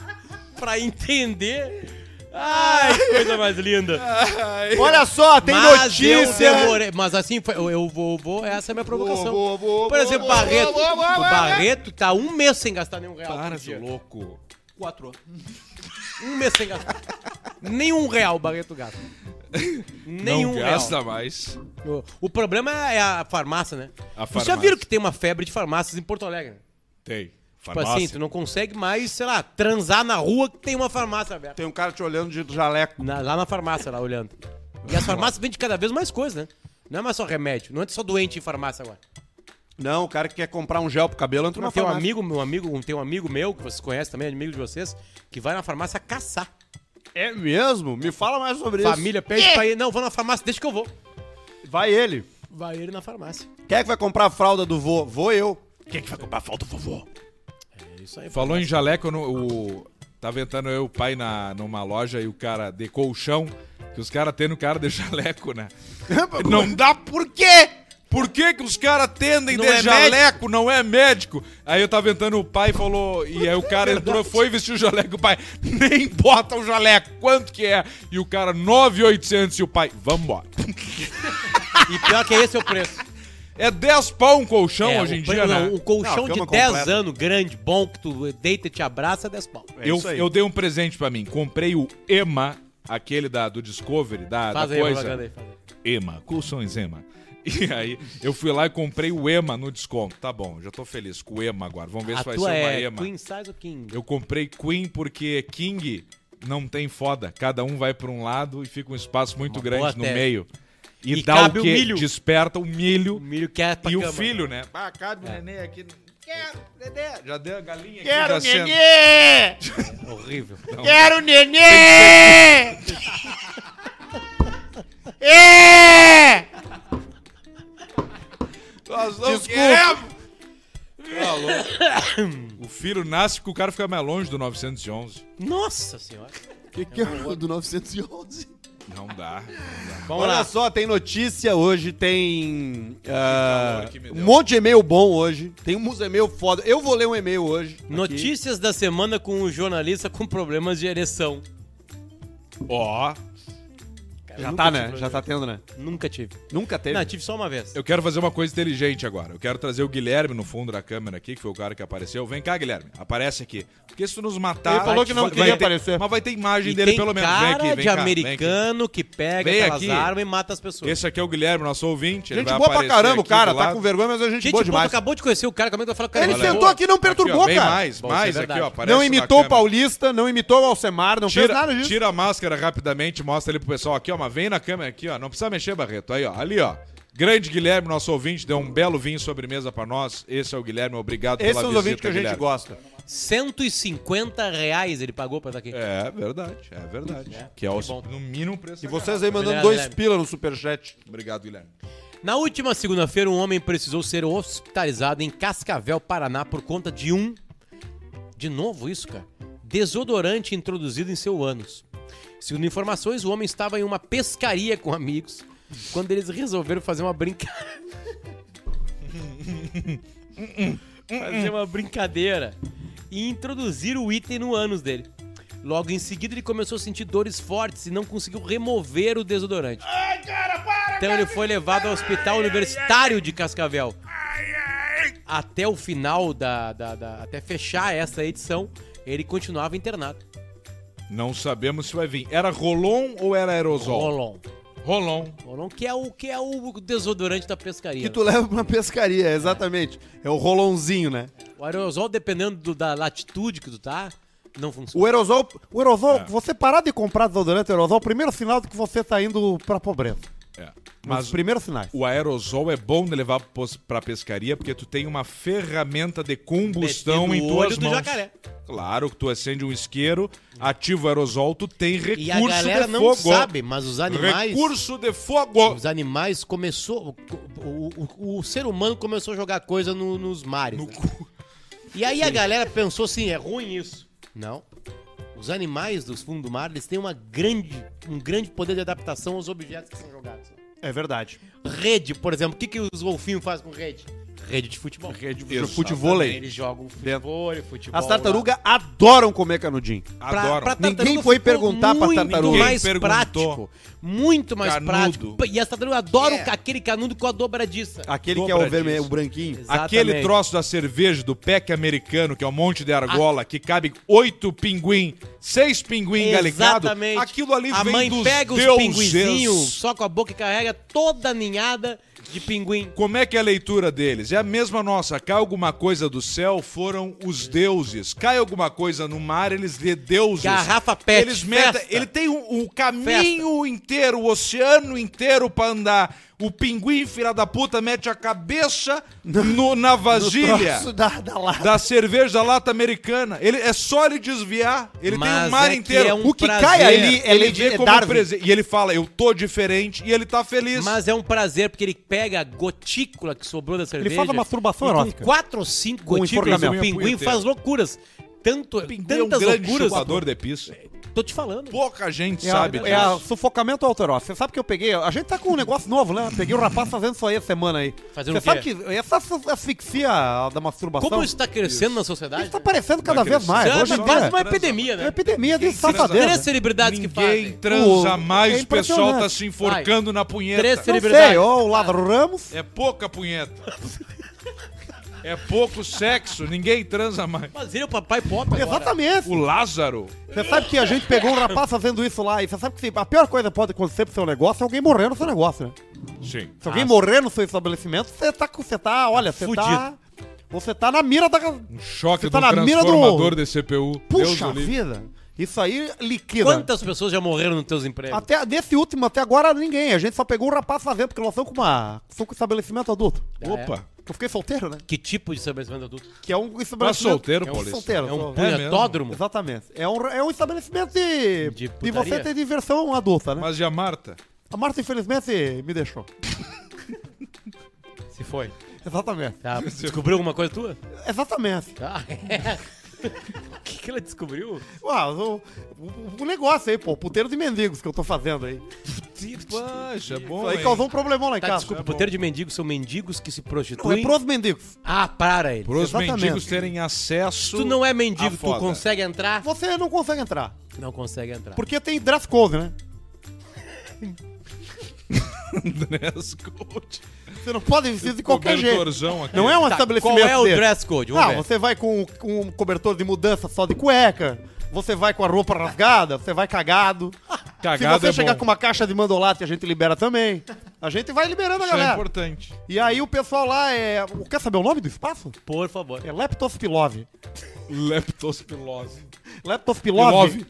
Speaker 3: pra entender. Ai, que coisa mais linda.
Speaker 2: É
Speaker 1: Olha só, tem
Speaker 3: Mas eu
Speaker 1: notícia.
Speaker 3: demorei. Mas assim, foi, eu, eu vou, vou, essa é a minha provocação.
Speaker 1: Vou, vou, vou,
Speaker 3: Por
Speaker 1: vou,
Speaker 3: exemplo,
Speaker 1: vou,
Speaker 3: Barreto.
Speaker 1: vou, vou, vou,
Speaker 3: o
Speaker 1: vou.
Speaker 3: Barreto tá um mês sem gastar nenhum real.
Speaker 2: Para,
Speaker 3: por
Speaker 2: seu
Speaker 3: dia.
Speaker 2: louco.
Speaker 3: Quatro anos. Um mês sem gastar. Nenhum real o Barreto gasta.
Speaker 2: não
Speaker 3: Nenhum real.
Speaker 2: gasta mais.
Speaker 3: O, o problema é a farmácia, né?
Speaker 2: A
Speaker 3: Vocês já
Speaker 2: farmácia.
Speaker 3: viram que tem uma febre de farmácias em Porto Alegre? né?
Speaker 2: Tem.
Speaker 3: Tipo assim, tu não consegue mais, sei lá, transar na rua que tem uma farmácia aberta.
Speaker 1: Tem um cara te olhando de jaleco.
Speaker 3: Na- lá na farmácia, lá olhando. E as farmácias vendem cada vez mais coisa, né? Não é mais só remédio. Não é só doente em farmácia agora.
Speaker 1: Não, o cara que quer comprar um gel pro cabelo entra na
Speaker 3: Tem um
Speaker 1: farmácia.
Speaker 3: amigo, meu amigo, um- tem um amigo meu, que vocês conhecem também, amigo de vocês, que vai na farmácia caçar.
Speaker 1: É mesmo? Me fala mais sobre
Speaker 3: Família pede pra ir. Não, vou na farmácia, deixa que eu vou.
Speaker 1: isso. Vai ele.
Speaker 3: Vai ele na farmácia.
Speaker 1: Quem é que vai comprar a fralda do vô? Vou eu.
Speaker 2: Quem que vai comprar falta, vovô?
Speaker 3: É isso aí.
Speaker 2: Falou em jaleco, eu não- o... tava entrando eu e o pai na, numa loja e o cara de colchão, que os caras tendo cara de [LAUGHS] jaleco, né? não dá por quê? Por que, que os caras tendem
Speaker 3: é? Não
Speaker 2: de
Speaker 3: é
Speaker 2: jaleco? Não é médico. Aí eu tava entrando o pai e falou. E aí o cara entrou, foi vestir o jaleco. O pai, [LAUGHS] nem bota o jaleco, quanto que é? E o cara, 9,800. E o pai, vambora.
Speaker 3: E pior que esse é o preço.
Speaker 2: É 10 pau um colchão
Speaker 3: É,
Speaker 2: hoje em
Speaker 3: o pre-
Speaker 2: dia,
Speaker 3: não,
Speaker 2: né?
Speaker 3: Um colchão
Speaker 1: Não,
Speaker 3: de
Speaker 1: cama
Speaker 3: 10
Speaker 1: completa.
Speaker 3: anos, grande, bom, que tu deita e te abraça, é 10 pau.
Speaker 1: É
Speaker 2: eu,
Speaker 1: isso aí.
Speaker 2: eu dei um presente pra mim. Comprei o EMA, aquele da, do Discovery, da,
Speaker 3: Faz
Speaker 2: da
Speaker 3: aí, a
Speaker 2: coisa.
Speaker 3: propaganda aí, faz aí.
Speaker 2: EMA, colchões EMA. [LAUGHS] E aí, eu fui lá e comprei o EMA no desconto. Tá bom, já tô feliz com o EMA agora. Vamos ver
Speaker 3: A
Speaker 2: se vai ser
Speaker 3: tua
Speaker 2: uma
Speaker 3: é
Speaker 2: EMA.
Speaker 3: Queen Size ou King?
Speaker 2: Eu comprei Queen porque King não tem foda. Cada um vai pra um lado e fica um espaço muito
Speaker 3: Uma boa
Speaker 2: grande no
Speaker 3: tese.
Speaker 2: meio. E,
Speaker 3: E
Speaker 2: dá
Speaker 3: cabe
Speaker 2: o
Speaker 3: o
Speaker 2: quê?
Speaker 3: milho.
Speaker 2: Desperta o milho.
Speaker 3: O milho que é pra
Speaker 2: E o
Speaker 3: cama.
Speaker 2: filho, né? Ah, cabe o neném aqui. Quero, um nenê. Já deu a galinha
Speaker 4: Quero
Speaker 2: aqui. já senta.
Speaker 4: nenê!
Speaker 2: [LAUGHS]
Speaker 3: É horrível.
Speaker 4: Quero
Speaker 2: um
Speaker 4: nenê! É!
Speaker 2: Nós não Tá O filho nasce que o cara fica mais longe do 911.
Speaker 3: Nossa senhora.
Speaker 1: que, que é o do 911?
Speaker 2: Não dá.
Speaker 3: Vamos
Speaker 1: Olha
Speaker 3: lá.
Speaker 1: só, tem notícia hoje, tem ah,
Speaker 2: calor que me
Speaker 1: um
Speaker 2: deu.
Speaker 1: monte de e-mail bom hoje, tem uns e-mail foda. Eu vou ler um e-mail hoje. aqui.
Speaker 3: Notícias da semana com um jornalista com problemas de ereção.
Speaker 2: Ó,
Speaker 3: Cara, eu
Speaker 1: Já
Speaker 3: nunca
Speaker 1: tá,
Speaker 3: tive
Speaker 1: né? Já tá tendo, né?
Speaker 3: Nunca tive.
Speaker 1: Nunca teve.
Speaker 3: Não, tive só uma vez.
Speaker 2: eu quero fazer uma coisa inteligente agora. Eu quero trazer o Guilherme no fundo da câmera aqui, que foi o cara que apareceu. Vem cá, Guilherme. Aparece aqui. Porque se tu nos matar...
Speaker 1: Ele falou que não
Speaker 2: vai-
Speaker 1: queria
Speaker 2: vai ter-
Speaker 1: aparecer.
Speaker 2: Mas vai ter imagem
Speaker 3: E
Speaker 2: dele
Speaker 3: tem
Speaker 2: pelo menos. Vem
Speaker 3: cara
Speaker 2: aqui, vem cá,
Speaker 3: de
Speaker 2: vem aqui.
Speaker 3: americano que pega
Speaker 2: Vem
Speaker 3: aquelas
Speaker 2: aqui.
Speaker 3: armas e mata as pessoas.
Speaker 2: Esse aqui é o Guilherme, nosso ouvinte. ele
Speaker 1: gente
Speaker 2: vai
Speaker 1: boa pra
Speaker 2: aparecer
Speaker 1: caramba, o
Speaker 2: aqui
Speaker 1: cara.
Speaker 2: do
Speaker 1: Tá
Speaker 2: lado.
Speaker 1: com vergonha, mas a
Speaker 2: é
Speaker 1: gente,
Speaker 3: Gente,
Speaker 1: boa
Speaker 3: boa,
Speaker 1: demais.
Speaker 3: tu acabou de conhecer o cara, como é que eu falo? Cara,
Speaker 1: Ele
Speaker 3: cara,
Speaker 1: sentou
Speaker 3: boa.
Speaker 1: aqui e não perturbou,
Speaker 2: aqui, ó, vem
Speaker 1: cara.
Speaker 2: mais,
Speaker 3: Bom,
Speaker 2: mais
Speaker 3: isso é
Speaker 2: aqui, ó.
Speaker 3: verdade.
Speaker 2: Aparece
Speaker 1: Não
Speaker 2: na
Speaker 1: imitou o
Speaker 2: câmera.
Speaker 1: Paulista, não imitou o Alcemar, não fez nada
Speaker 2: Tira,
Speaker 1: disso.
Speaker 2: tira a máscara rapidamente, mostra ali pro pessoal aqui, ó. Mas vem na câmera aqui, ó. Não precisa mexer, Barreto. Aí, ó. Ali, ó. Grande Guilherme, nosso ouvinte, deu um belo vinho sobremesa pra nós. Esse é o Guilherme, obrigado
Speaker 1: Esse
Speaker 2: pela
Speaker 1: é os
Speaker 2: visita,
Speaker 1: ouvintes que a gente
Speaker 2: Guilherme.
Speaker 1: gosta.
Speaker 3: 150 reais ele pagou pra estar aqui.
Speaker 2: É verdade, é verdade. Que é o,
Speaker 3: Né? bom.
Speaker 2: no mínimo preço.
Speaker 1: E
Speaker 2: da
Speaker 1: vocês aí mandando
Speaker 3: Obrigado,
Speaker 1: dois
Speaker 3: Guilherme.
Speaker 1: pila no superchat.
Speaker 2: garrafa. Obrigado, Guilherme.
Speaker 3: Na última segunda-feira, um homem precisou ser hospitalizado em Cascavel, Paraná, por conta de um. De novo, isso, cara? Desodorante introduzido em seu ânus. Segundo informações, o homem estava em uma pescaria com amigos quando eles resolveram fazer uma brincadeira. [LAUGHS] fazer uma brincadeira e introduzir o item no ânus dele. Logo em seguida, ele começou a sentir dores fortes e não conseguiu remover o desodorante. Então ele foi levado ao Hospital Universitário de Cascavel. Até o final da, da- da- Até fechar essa edição, ele continuava internado.
Speaker 2: Não sabemos se vai vir. Era Rolon ou era Aerosol?
Speaker 3: Rolon.
Speaker 2: Rolon.
Speaker 3: Rolon, que é o, que é o desodorante da pescaria.
Speaker 5: Que tu leva pra uma pescaria, exatamente. É o rolonzinho, né?
Speaker 3: O aerosol, dependendo do- da latitude que tu tá, não funciona.
Speaker 5: O aerosol.
Speaker 1: O aerosol, você parar de comprar desodorante aerosol, primeiro sinal de que você tá indo pra pobreza.
Speaker 2: É.
Speaker 1: Mas os
Speaker 2: Mas
Speaker 1: primeiros sinais.
Speaker 2: o aerosol é bom de levar pos- pra pescaria porque tu tem uma ferramenta de combustão
Speaker 3: Meter no
Speaker 2: em tuas
Speaker 3: olho do
Speaker 2: mãos.
Speaker 3: jacaré.
Speaker 2: Claro que tu acende um isqueiro, ativa o aerosol, tu tem recurso
Speaker 3: E a galera
Speaker 2: de
Speaker 3: não
Speaker 2: fogo.
Speaker 3: sabe, mas os animais.
Speaker 2: Recurso de fogo.
Speaker 3: Os animais começou. O, o- o- o ser humano começou a jogar coisa no- nos mares. né? E aí a galera pensou assim: é ruim isso. Não. Os animais dos fundos do mar, eles têm uma grande, um grande poder de adaptação aos objetos que são jogados.
Speaker 5: É verdade.
Speaker 3: Rede, por exemplo, o que, que os golfinhos fazem com rede? Rede de futebol. Rede de
Speaker 2: Exatamente.
Speaker 3: Eles jogam futebol, futebol.
Speaker 5: As tartarugas adoram comer canudinho.
Speaker 2: Adoram.
Speaker 5: Ninguém
Speaker 3: tartaruga
Speaker 5: foi
Speaker 3: ficou
Speaker 5: perguntar pra tartaruga.
Speaker 3: Muito mais
Speaker 2: Ninguém perguntou.
Speaker 3: prático. Muito mais
Speaker 2: Canudo.
Speaker 3: prático. E as tartarugas adoram aquele canudo com a dobradiça.
Speaker 5: Aquele que é o
Speaker 2: Dobradiço.
Speaker 5: vermelho, o branquinho.
Speaker 2: Aquele
Speaker 3: Exatamente.
Speaker 2: troço da cerveja do PEC americano, que é um monte de argola, que cabe oito pinguim, seis pinguim galicado,
Speaker 3: Exatamente.
Speaker 2: aquilo ali
Speaker 3: a
Speaker 2: vem
Speaker 3: mãe
Speaker 2: dos
Speaker 3: pega os
Speaker 2: deuses.
Speaker 3: pinguinzinhos, só com a boca e carrega toda a ninhada de pinguim.
Speaker 2: Como é que é a leitura deles? É a mesma nossa. Cai alguma coisa do céu, foram os deuses. Cai alguma coisa no mar, eles de deuses.
Speaker 3: Garrafa pet,
Speaker 2: Eles metem-
Speaker 3: festa.
Speaker 2: Ele tem um, um caminho inteiro, o oceano inteiro pra andar. O pinguim, filha da puta, mete a cabeça no- na vasilha.
Speaker 1: Troço da, da lata.
Speaker 2: da cerveja da lata americana. Ele é só ele desviar, ele tem
Speaker 3: Mas
Speaker 2: o mar
Speaker 3: é que
Speaker 2: inteiro.
Speaker 3: é um
Speaker 5: O que
Speaker 3: prazer.
Speaker 5: cai ali é
Speaker 2: ele
Speaker 5: lei de
Speaker 2: vê como
Speaker 5: Darwin.
Speaker 2: presente. E ele fala, eu tô diferente, e ele tá feliz.
Speaker 3: Mas é um prazer, porque ele pega a gotícula que sobrou da cerveja.
Speaker 1: faz uma masturbação
Speaker 3: e
Speaker 1: erótica.
Speaker 3: Com quatro ou cinco gotículas, o
Speaker 2: enforcamento.
Speaker 3: pinguim faz loucuras. Tanto,
Speaker 2: O pinguim é um
Speaker 3: tantas
Speaker 2: grande
Speaker 3: loucuras.
Speaker 2: chupador de piso.
Speaker 3: Tô te falando.
Speaker 2: Pouca gente
Speaker 1: É,
Speaker 2: sabe
Speaker 1: a,
Speaker 2: disso.
Speaker 1: é a sufocamento alteroso. Você sabe que eu peguei. A gente tá com um negócio novo, né? Peguei o rapaz fazendo isso aí essa semana aí. Você
Speaker 3: Fazendo o quê?
Speaker 1: sabe que essa su- asfixia da masturbação.
Speaker 3: Como isso tá crescendo na sociedade?
Speaker 1: isso tá aparecendo cada
Speaker 2: Vai
Speaker 1: vez
Speaker 2: crescer.
Speaker 1: mais.
Speaker 3: É,
Speaker 1: Hoje em
Speaker 3: mas
Speaker 1: dia
Speaker 3: quase uma epidemia,
Speaker 1: é
Speaker 3: né?
Speaker 1: epidemia de
Speaker 3: Três
Speaker 1: safadeza.
Speaker 3: celebridades que
Speaker 2: Ninguém
Speaker 3: fazem.
Speaker 2: transa
Speaker 1: O-
Speaker 2: mais,
Speaker 1: é
Speaker 2: o pessoal tá
Speaker 1: impressionante.
Speaker 2: se enforcando na punheta.
Speaker 3: Três
Speaker 1: Não
Speaker 3: celebridades.
Speaker 1: sei, ou o Lázaro Ramos.
Speaker 2: É pouca punheta. é pouco sexo, ninguém transa mais.
Speaker 3: Mas ele é o papai pop agora.
Speaker 1: Exatamente.
Speaker 2: O Lázaro,
Speaker 1: Você sabe que a gente pegou um rapaz fazendo isso lá, e você sabe que sim, a pior coisa que pode acontecer pro seu negócio é alguém morrer no seu negócio, né?
Speaker 2: sim. Ah,
Speaker 1: Se alguém morrer no seu estabelecimento, você tá com. Você tá, olha, você tá. Você tá na mira da.
Speaker 2: um Choque
Speaker 1: Você
Speaker 2: do
Speaker 1: tá na mira do-
Speaker 2: transformador de CPU. Deus
Speaker 1: Puxa
Speaker 2: o livre.
Speaker 1: vida! Isso aí liquida.
Speaker 3: Quantas pessoas já morreram nos teus empregos?
Speaker 1: Até desse último, até agora, ninguém. A gente só pegou um rapaz fazendo, porque nós estamos com uma. Estamos com um estabelecimento adulto.
Speaker 2: Opa.
Speaker 1: Eu fiquei solteiro, né?
Speaker 3: Que tipo de estabelecimento adulto?
Speaker 1: Que é um estabelecimento.
Speaker 2: Tá solteiro,
Speaker 1: é um
Speaker 2: Paulista?
Speaker 1: solteiro,
Speaker 3: É um
Speaker 1: sou-
Speaker 2: mesmo?
Speaker 3: punhetódromo?
Speaker 1: Exatamente. É um, é um estabelecimento de.
Speaker 3: De
Speaker 1: De,
Speaker 3: putaria?
Speaker 1: você ter diversão adulta, né?
Speaker 2: Mas e a Marta?
Speaker 1: A Marta, infelizmente, me deixou.
Speaker 3: Se foi.
Speaker 1: Exatamente. [LAUGHS]
Speaker 3: Tá. Descobriu alguma coisa tua?
Speaker 1: Exatamente.
Speaker 3: Ah, é. [LAUGHS] O que, que ela descobriu?
Speaker 1: Uau, Ah, o, o- o negócio aí, pô, puteiro de mendigos que eu tô fazendo aí.
Speaker 2: Poxa, bom.
Speaker 1: Isso aí
Speaker 2: hein?
Speaker 1: causou um problemão lá em
Speaker 3: Tá,
Speaker 1: casa.
Speaker 3: Tipo, desculpa, puteiro de mendigos são mendigos que se
Speaker 1: Não, é
Speaker 3: prostituem.
Speaker 1: pros mendigos.
Speaker 3: Ah, para ele.
Speaker 2: Para os
Speaker 1: Exatamente.
Speaker 2: mendigos terem acesso. [LAUGHS]
Speaker 3: Tu não é mendigo,
Speaker 2: Ah,
Speaker 3: tu
Speaker 2: foda.
Speaker 3: consegue entrar?
Speaker 1: Você não consegue entrar.
Speaker 3: Não consegue entrar.
Speaker 1: Porque tem dress code, né?
Speaker 2: dress code.
Speaker 1: Você não pode vestir de qualquer jeito.
Speaker 2: Cobertorzão aqui.
Speaker 1: Não é um
Speaker 3: Tá,
Speaker 1: estabelecimento.
Speaker 3: qual é o
Speaker 1: desse.
Speaker 3: dress code? Vamos
Speaker 1: Ah,
Speaker 3: ver.
Speaker 1: você vai com, com um cobertor de mudança só de cueca. Você vai com a roupa rasgada, você vai cagado.
Speaker 2: Cagado
Speaker 1: Se você
Speaker 2: é
Speaker 1: chegar
Speaker 2: bom.
Speaker 1: com uma caixa de mandolate, a gente libera também. A gente vai liberando a
Speaker 2: Isso é
Speaker 1: galera.
Speaker 2: importante.
Speaker 1: E aí o pessoal lá é. Quer saber o nome do espaço?
Speaker 3: Por favor.
Speaker 1: É Leptospilove.
Speaker 2: Leptospirose.
Speaker 1: Leptospilove.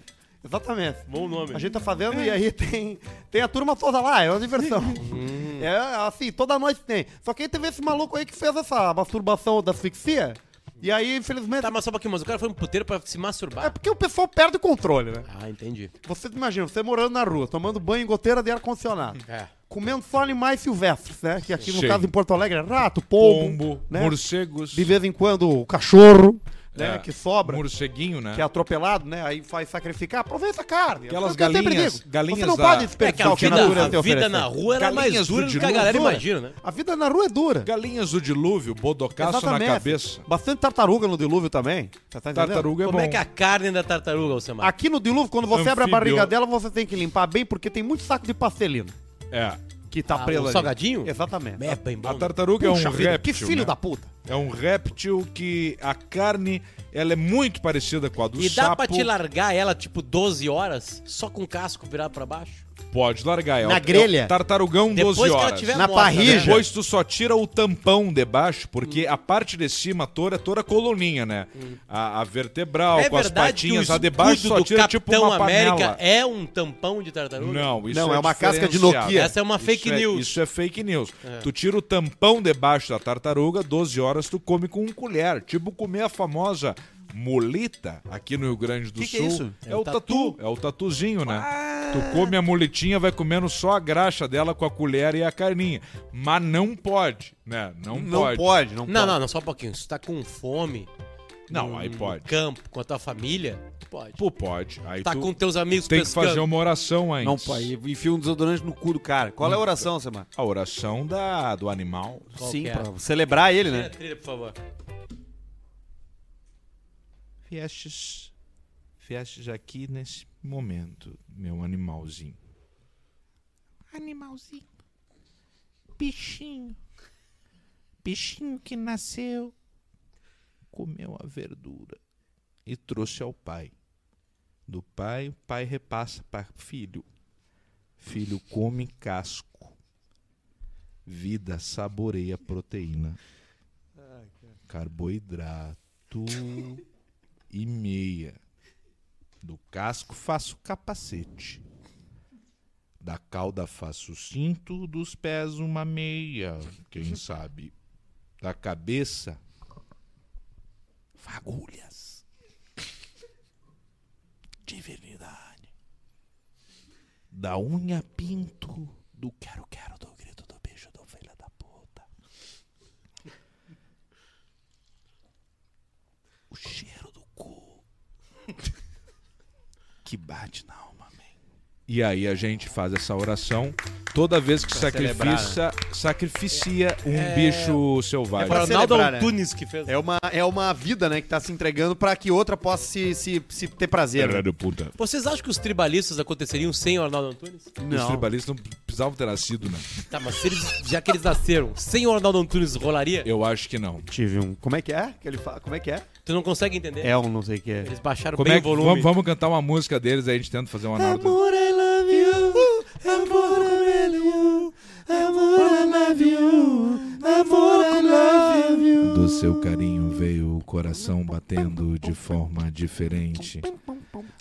Speaker 1: Exatamente.
Speaker 3: Bom nome.
Speaker 1: A gente tá fazendo e aí tem, tem a turma toda lá, é uma diversão. É assim, toda noite tem. Só que aí teve esse maluco aí que fez essa masturbação da asfixia. E aí, infelizmente.
Speaker 3: Tá, mas só um pouquinho, mas o cara foi um puteiro pra se
Speaker 1: É
Speaker 3: masturbar.
Speaker 1: porque o pessoal perde o controle, né?
Speaker 3: Ah, entendi.
Speaker 1: Você imagina, você morando na rua, tomando banho em goteira de ar-condicionado.
Speaker 3: É.
Speaker 1: Comendo só animais silvestres, né? Que aqui no
Speaker 2: Sim.
Speaker 1: caso em Porto Alegre é rato, pombo,
Speaker 2: Pombo,
Speaker 1: né?
Speaker 2: morcegos.
Speaker 1: De vez em quando o cachorro,
Speaker 6: né?
Speaker 2: É.
Speaker 6: Que sobra,
Speaker 2: Morceguinho, né?
Speaker 6: que é atropelado, né? Aí faz sacrificar, aproveita a carne.
Speaker 2: Aquelas
Speaker 6: Eu sempre
Speaker 2: galinhas-
Speaker 6: digo,
Speaker 2: galinhas
Speaker 6: Você não
Speaker 2: da-
Speaker 6: pode
Speaker 3: É que
Speaker 6: desperdiçar
Speaker 3: a
Speaker 6: o que a
Speaker 3: vida,
Speaker 6: natureza
Speaker 3: a
Speaker 6: tem a
Speaker 3: vida
Speaker 6: oferecer.
Speaker 3: na rua era mais
Speaker 2: Galinhas do
Speaker 3: dura do que a
Speaker 2: dilúvio,
Speaker 3: galera
Speaker 6: Dura.
Speaker 3: imagina, né?
Speaker 6: A vida na rua é dura.
Speaker 2: Galinhas do dilúvio, bodocaço na
Speaker 6: Exatamente.
Speaker 1: É
Speaker 2: cabeça.
Speaker 6: Bastante tartaruga no dilúvio também. Você tá entendendo?
Speaker 2: Tartaruga é
Speaker 3: Como
Speaker 2: bom.
Speaker 3: é que é a carne da tartaruga, Alcemar?
Speaker 6: Aqui no dilúvio, quando você abre a
Speaker 2: Anfíbio.
Speaker 6: barriga dela, você tem que limpar bem, porque tem muito saco de pastelina
Speaker 2: É.
Speaker 6: que tá
Speaker 3: Ah,
Speaker 6: preso
Speaker 3: o
Speaker 6: ali.
Speaker 3: salgadinho?
Speaker 6: Exatamente.
Speaker 3: É bem bom.
Speaker 2: A
Speaker 3: né?
Speaker 2: tartaruga é
Speaker 6: Puxa
Speaker 2: um
Speaker 6: vida,
Speaker 2: réptil.
Speaker 6: Que filho
Speaker 2: né?
Speaker 6: da puta.
Speaker 2: É um réptil que a carne ela é muito parecida com a do
Speaker 3: E dá
Speaker 2: sapo.
Speaker 3: pra te largar ela, tipo, 12 horas, só com o casco virado pra baixo?
Speaker 2: Pode largar É ela.
Speaker 6: Na grelha?
Speaker 2: Tartarugão
Speaker 3: Depois
Speaker 2: 12
Speaker 3: que
Speaker 2: horas.
Speaker 3: ela tiver
Speaker 6: Na
Speaker 3: morta,
Speaker 6: parrilla.
Speaker 3: né?
Speaker 2: Depois tu só tira o tampão de baixo, porque a parte de cima toda é toda a coluninha, né? A, a vertebral,
Speaker 3: Hum. É
Speaker 2: com as
Speaker 3: verdade que o
Speaker 2: patinhas, a
Speaker 3: escudo
Speaker 2: de baixo só
Speaker 3: do
Speaker 2: tira tipo
Speaker 3: Capitão
Speaker 2: uma panela.
Speaker 3: América é um tampão de tartaruga?
Speaker 2: Não, isso
Speaker 6: Não,
Speaker 2: é,
Speaker 6: é uma casca de
Speaker 2: diferenciado.
Speaker 6: Nokia.
Speaker 3: Essa é uma
Speaker 2: Isso
Speaker 3: fake news.
Speaker 2: Isso é fake news. Tu tira o tampão debaixo da tartaruga, 12 horas tu come com um colher. Tipo comer a famosa molita aqui no Rio Grande do
Speaker 6: Que que
Speaker 2: Sul.
Speaker 6: é isso?
Speaker 2: É, o tatu. É o tatuzinho, né?
Speaker 3: Ah.
Speaker 2: Tu come a moletinha, vai comendo só a graxa dela com a colher e a carninha. Mas não pode, né? Não,
Speaker 6: Não
Speaker 2: pode.
Speaker 6: pode, não pode.
Speaker 3: Não, não, não, só um pouquinho. Se tu tá com fome
Speaker 2: Não, aí pode.
Speaker 3: no campo com a tua família, tu pode.
Speaker 2: Pô, pode. Aí
Speaker 3: Hum. tá
Speaker 2: tu
Speaker 3: com teus amigos
Speaker 2: tem que
Speaker 3: pescando.
Speaker 2: fazer uma oração antes.
Speaker 1: Não, pai, enfia um desodorante no cu do cara. Qual é a oração, Samar?
Speaker 2: A oração da, do animal.
Speaker 3: Hum. Qual que é?
Speaker 1: celebrar ele, né?
Speaker 3: Tira a trilha,
Speaker 2: um
Speaker 3: por favor.
Speaker 2: Viestes, viestes aqui nesse momento, meu animalzinho.
Speaker 4: Animalzinho. Bichinho. Bichinho que nasceu.
Speaker 2: Comeu a verdura e trouxe ao pai. Do pai, o pai repassa para filho. Filho come casco. Vida saboreia proteína. Carboidrato e meia. Do casco faço capacete. Da cauda faço cinto, dos pés uma meia, quem sabe. Da cabeça fagulhas. Divinidade. Da unha pinto do quero quero do grito do bicho do filho da puta. O cheiro do cu que bate na alma, amém. E aí a gente faz essa oração toda vez que sacrifica, sacrificia um bicho selvagem.
Speaker 3: Foi o Ronaldo
Speaker 6: celebrar, né?
Speaker 3: Antunes que fez.
Speaker 6: É uma, é uma vida, né, que tá se entregando pra que outra possa se, se, se ter prazer. né?
Speaker 2: puta.
Speaker 3: Vocês acham que os tribalistas aconteceriam sem o Arnaldo Antunes?
Speaker 2: Os tribalistas não precisavam ter nascido, né?
Speaker 3: Tá, mas se eles, já que eles nasceram sem o Arnaldo Antunes rolaria,
Speaker 2: Eu acho que não.
Speaker 6: Tive um. Como é que é? Que ele fala, como é que é?
Speaker 3: tu não consegue entender.
Speaker 6: É um não sei o que é.
Speaker 3: Eles baixaram
Speaker 2: Como
Speaker 3: bem
Speaker 2: é
Speaker 3: o
Speaker 2: que,
Speaker 3: volume.
Speaker 2: vamos, vamos cantar uma música deles aí, a gente tenta fazer uma nota.
Speaker 6: I love you, amor, I love you, amor, I love you, amor, I love you.
Speaker 2: Do seu carinho veio o coração batendo de forma diferente.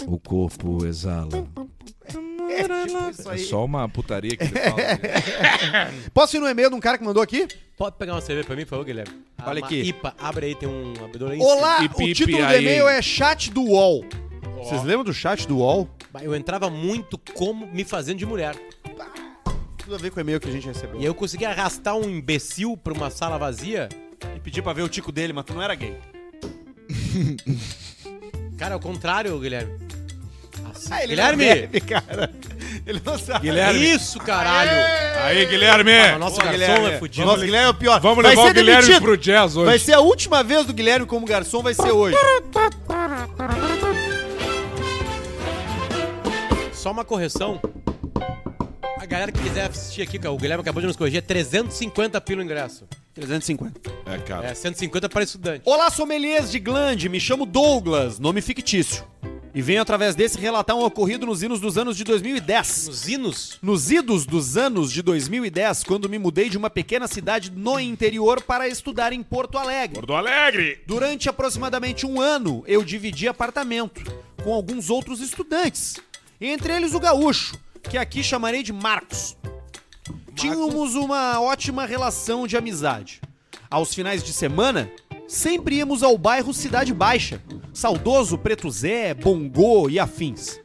Speaker 2: O corpo exala.
Speaker 6: tipo
Speaker 2: É só uma putaria [LAUGHS] que ele fala.
Speaker 6: Posso ir no e-mail de um cara que mandou aqui?
Speaker 3: Pode pegar uma cerveja pra mim, por favor, Guilherme?
Speaker 6: Olha
Speaker 3: uma
Speaker 6: aqui.
Speaker 3: IPA, abre aí, tem um abridor aí. em
Speaker 6: Olá,
Speaker 2: E
Speaker 6: o
Speaker 2: pipi
Speaker 6: título do
Speaker 2: aí.
Speaker 6: e-mail é Chat do UOL. Vocês lembram do chat do UOL?
Speaker 3: cima. Eu entrava muito como me fazendo de mulher.
Speaker 6: Tudo a ver com o e-mail que a gente recebeu.
Speaker 3: E eu conseguia arrastar um imbecil pra uma sala vazia.
Speaker 1: E pedi pra ver o tico dele, mas tu não era gay.
Speaker 3: Cara, é o contrário, Guilherme. Assim,
Speaker 6: Ah, ele não
Speaker 3: Guilherme!
Speaker 6: bebe, cara. Ele não sabe.
Speaker 2: Guilherme!
Speaker 3: Isso, caralho!
Speaker 2: Aí,
Speaker 3: Ah, mas
Speaker 2: Guilherme!
Speaker 3: nosso garçom é
Speaker 6: O
Speaker 3: fudido.
Speaker 6: nosso Guilherme é o pior.
Speaker 2: Vamos
Speaker 6: Vai
Speaker 2: levar
Speaker 6: ser
Speaker 2: o Guilherme
Speaker 6: demitido.
Speaker 2: pro jazz
Speaker 6: Vai
Speaker 2: hoje.
Speaker 6: ser a última vez do Guilherme como garçom, vai ser hoje.
Speaker 3: Só uma correção. A galera que quiser assistir aqui, cara, o Guilherme acabou de nos corrigir, é 350 pelo ingresso.
Speaker 1: 350.
Speaker 2: É, cara.
Speaker 3: É, 150 para estudante.
Speaker 1: Olá, sommeliers de glande. Me chamo Douglas, nome fictício. E venho através desse relatar um ocorrido nos hinos dos anos de 2010.
Speaker 3: Nos hinos,
Speaker 1: Nos idos dos anos de 2010, quando me mudei de uma pequena cidade no interior para estudar em Porto Alegre.
Speaker 2: Porto Alegre!
Speaker 1: Durante aproximadamente um ano, eu dividi apartamento com alguns outros estudantes, entre eles o gaúcho, que aqui chamarei de Marcos. Tínhamos uma ótima relação de amizade. Aos finais de semana, sempre íamos ao bairro Cidade Baixa, saudoso Preto Zé, Bongô e afins.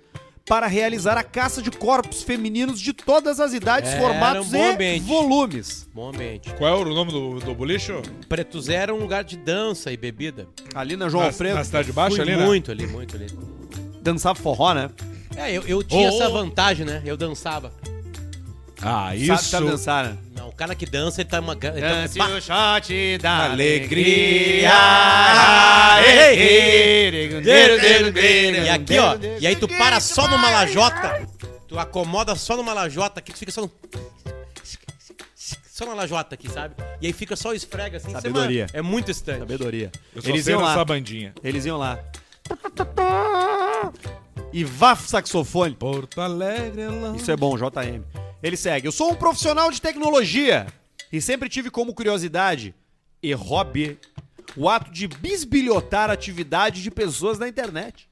Speaker 1: para realizar a caça de corpos femininos de todas as idades,
Speaker 3: Era
Speaker 1: formatos
Speaker 3: um bom
Speaker 1: e
Speaker 3: ambiente.
Speaker 1: volumes.
Speaker 3: Bom ambiente.
Speaker 2: Qual é o nome do, do bolicho?
Speaker 3: Preto Zero é um lugar de dança e bebida.
Speaker 1: Ali na João
Speaker 2: Na-
Speaker 1: Alfredo,
Speaker 2: Na cidade baixa
Speaker 3: Fui
Speaker 2: ali, né?
Speaker 3: muito ali, muito ali.
Speaker 1: dançava forró, né?
Speaker 3: É, eu, eu tinha
Speaker 2: Ô,
Speaker 3: essa
Speaker 2: ô.
Speaker 3: vantagem, né? Eu dançava.
Speaker 2: Ah,
Speaker 1: Sabe, sabe dançar, né?
Speaker 3: Não, o cara que dança, ele tá uma... Ele
Speaker 2: É,
Speaker 3: tá-
Speaker 1: Dance
Speaker 3: Bah,
Speaker 1: o shot da
Speaker 2: alegria.
Speaker 3: E é aqui, ó, e aí tu para só numa lajota, tu acomoda só numa lajota aqui, tu fica só no... Só na lajota aqui, sabe? E aí fica só esfrega assim.
Speaker 1: Sabedoria.
Speaker 3: você, mano, É muito estranho.
Speaker 1: Sabedoria.
Speaker 2: Eu só
Speaker 1: Eles
Speaker 2: sei
Speaker 1: iam lá.
Speaker 2: dançar bandinha.
Speaker 1: Eles iam lá. E vá saxofone.
Speaker 2: Porto Alegre é lá.
Speaker 1: Isso é bom, JM. Ele segue. Eu sou um profissional de tecnologia e sempre tive como curiosidade e hobby o ato de bisbilhotar atividade de pessoas na internet.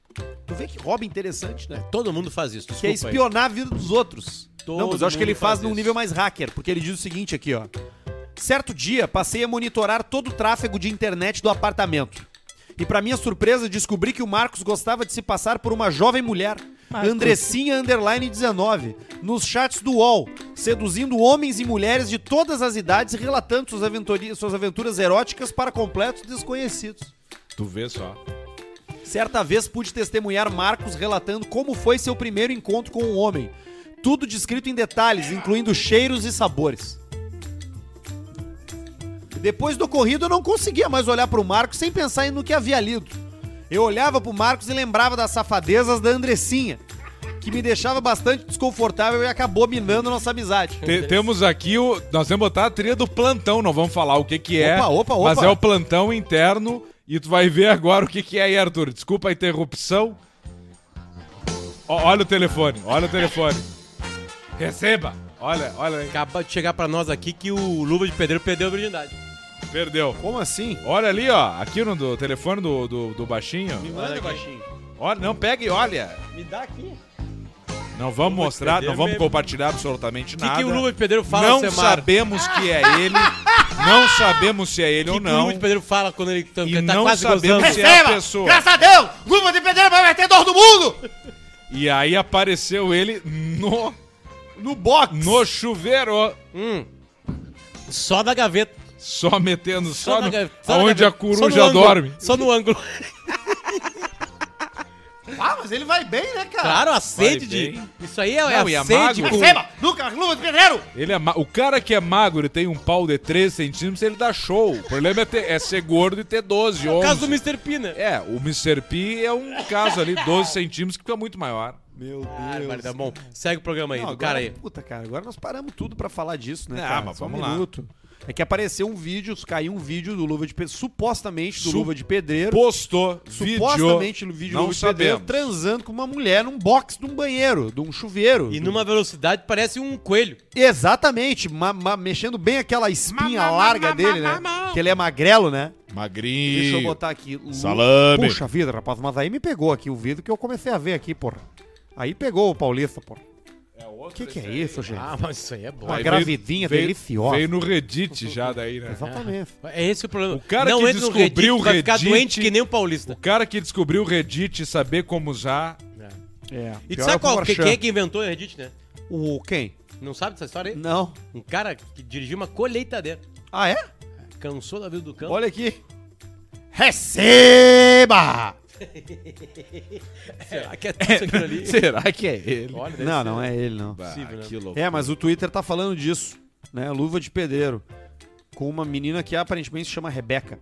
Speaker 1: Tu vê que hobby interessante, né?
Speaker 3: É, Todo mundo faz isso, desculpa
Speaker 1: Que é
Speaker 3: aí.
Speaker 1: espionar a vida dos outros.
Speaker 3: Todo
Speaker 1: Não, mas eu acho que ele
Speaker 3: mundo
Speaker 1: faz,
Speaker 3: faz
Speaker 1: num
Speaker 3: isso.
Speaker 1: nível mais hacker, porque ele diz o seguinte aqui, ó. Certo dia, passei a monitorar todo o tráfego de internet do apartamento. E pra minha surpresa, descobri que o Marcos gostava de se passar por uma jovem mulher, Andressinha underline 19, nos chats do UOL, seduzindo homens e mulheres de todas as idades e relatando suas, aventori- suas aventuras eróticas para completos desconhecidos. é-
Speaker 2: Tu vê só.
Speaker 1: Certa vez pude testemunhar Marcos relatando como foi seu primeiro encontro com um homem. Tudo descrito em detalhes, incluindo cheiros e sabores. Depois do ocorrido, eu não conseguia mais olhar pro Marcos sem pensar no que havia lido. Eu olhava pro Marcos e lembrava das safadezas da Andressinha, que me deixava bastante desconfortável e acabou minando nossa amizade.
Speaker 2: Te- temos aqui o. Nós vamos botar a trilha do plantão, não vamos falar o que, que é.
Speaker 1: Opa, opa,
Speaker 2: Mas
Speaker 1: opa.
Speaker 2: é o plantão interno e tu vai ver agora o que, que é aí, Arthur. Desculpa a interrupção. Ó, olha o telefone, olha o telefone. Receba! Olha, olha aí.
Speaker 3: Acaba de chegar pra nós aqui que o Luva de Pedreiro perdeu a virgindade.
Speaker 2: Perdeu.
Speaker 1: Como assim?
Speaker 2: Olha ali, ó. Aqui no do telefone do, do, do baixinho.
Speaker 1: Manda baixinho.
Speaker 2: Olha, não, pega e olha.
Speaker 1: Me dá aqui.
Speaker 2: Não vamos mostrar, não
Speaker 3: perder
Speaker 2: vamos
Speaker 3: mesmo.
Speaker 2: compartilhar absolutamente
Speaker 3: O
Speaker 2: nada.
Speaker 3: que, que o Luva de Pedreiro fala,
Speaker 2: não
Speaker 3: Semar?
Speaker 2: sabemos que é ele.
Speaker 3: [LAUGHS]
Speaker 2: Não sabemos se é ele
Speaker 3: O que,
Speaker 2: ou
Speaker 3: que o
Speaker 2: não.
Speaker 3: Luva de Pedreiro fala quando ele tá,
Speaker 2: E
Speaker 3: ele tá
Speaker 2: não
Speaker 3: quase
Speaker 2: sabemos
Speaker 3: gozando?
Speaker 2: se é a pessoa.
Speaker 6: a Deus! Luva de pedreiro vai meter dor do mundo!
Speaker 2: E aí apareceu ele no,
Speaker 1: No box.
Speaker 2: no chuveiro.
Speaker 3: [LAUGHS] Só da gaveta.
Speaker 2: Só metendo, só,
Speaker 3: na
Speaker 2: no,
Speaker 3: gaveta, só na
Speaker 2: aonde a
Speaker 3: gaveta, só no
Speaker 2: coruja
Speaker 3: ângulo,
Speaker 2: dorme.
Speaker 3: Só
Speaker 2: [LAUGHS]
Speaker 3: no ângulo.
Speaker 6: Ah, mas ele vai bem, né, cara?
Speaker 3: Claro, a sede
Speaker 2: bem.
Speaker 3: de... Isso aí é, é
Speaker 2: Não, e
Speaker 3: a
Speaker 2: a
Speaker 3: sede
Speaker 2: mágoa.
Speaker 3: com...
Speaker 6: Receba! Lucas, luva de pedreiro!
Speaker 2: Ele é ma- O cara que é magro e tem um pau de 3 centímetros, ele dá show. O problema é, ter- é ser gordo e ter 12,
Speaker 3: É O
Speaker 2: 11.
Speaker 3: caso do Mr. P, né?
Speaker 2: É, o Mr. P é um caso ali, 12 centímetros, que fica muito maior.
Speaker 1: Meu
Speaker 3: Ah, Marta, bom, segue o programa aí,
Speaker 1: Não,
Speaker 3: do
Speaker 1: agora,
Speaker 3: cara aí.
Speaker 1: Puta, cara, agora nós paramos tudo pra falar disso, né?
Speaker 2: Ah,
Speaker 1: cara?
Speaker 2: mas
Speaker 1: Só um
Speaker 2: vamos lá.
Speaker 1: minuto. É que apareceu um vídeo, caiu um vídeo do Luva de Pedreiro, supostamente do
Speaker 2: Su-
Speaker 1: Luva de Pedreiro.
Speaker 2: Postou
Speaker 1: supostamente
Speaker 2: vídeo,
Speaker 1: o vídeo do
Speaker 2: não
Speaker 1: Luva de Pedreiro
Speaker 2: sabemos.
Speaker 1: transando com uma mulher num box de um banheiro, de um chuveiro.
Speaker 3: E numa velocidade parece um coelho.
Speaker 1: Exatamente, ma- ma- mexendo bem aquela espinha larga dele, né? Que ele é magrelo, né?
Speaker 2: Magrinho.
Speaker 1: Deixa eu botar aqui. Lu-
Speaker 2: Salame.
Speaker 1: Puxa vida, rapaz, mas aí me pegou aqui o vídeo que eu comecei a ver aqui, porra. Aí pegou o Paulista, porra. O que, que é isso, gente?
Speaker 3: Ah, mas isso aí é bom.
Speaker 1: Uma
Speaker 2: Aí
Speaker 1: gravidinha
Speaker 2: veio-
Speaker 1: deliciosa.
Speaker 2: Veio no Reddit já daí, né?
Speaker 1: Exatamente.
Speaker 3: É esse o problema.
Speaker 2: O cara
Speaker 3: não
Speaker 2: que
Speaker 3: entra no
Speaker 2: descobriu
Speaker 3: Reddit,
Speaker 2: o
Speaker 3: vai ficar
Speaker 2: Reddit-
Speaker 3: doente que nem o
Speaker 2: O
Speaker 3: paulista.
Speaker 2: cara que descobriu o Reddit e saber como usar.
Speaker 1: É.
Speaker 3: E tu
Speaker 1: pior
Speaker 3: sabe
Speaker 1: o
Speaker 3: qual, que-
Speaker 1: Porchat.
Speaker 3: quem é que inventou o Reddit, né?
Speaker 1: O quem?
Speaker 3: Não sabe dessa história aí?
Speaker 1: Não.
Speaker 3: Um cara que dirigiu uma colheitadeira.
Speaker 1: Ah, é?
Speaker 3: Cansou da vida do campo.
Speaker 1: Olha aqui. Receba!
Speaker 3: Será que é tudo isso
Speaker 1: [LAUGHS]
Speaker 3: aquilo ali?
Speaker 2: Será que é ele?
Speaker 3: Olha, deve
Speaker 1: Não,
Speaker 3: ser
Speaker 1: não é ele, não.
Speaker 3: possível, né?
Speaker 1: É, mas o Twitter tá falando disso, né? Luva de pedreiro. Com uma menina que aparentemente se chama Rebeca.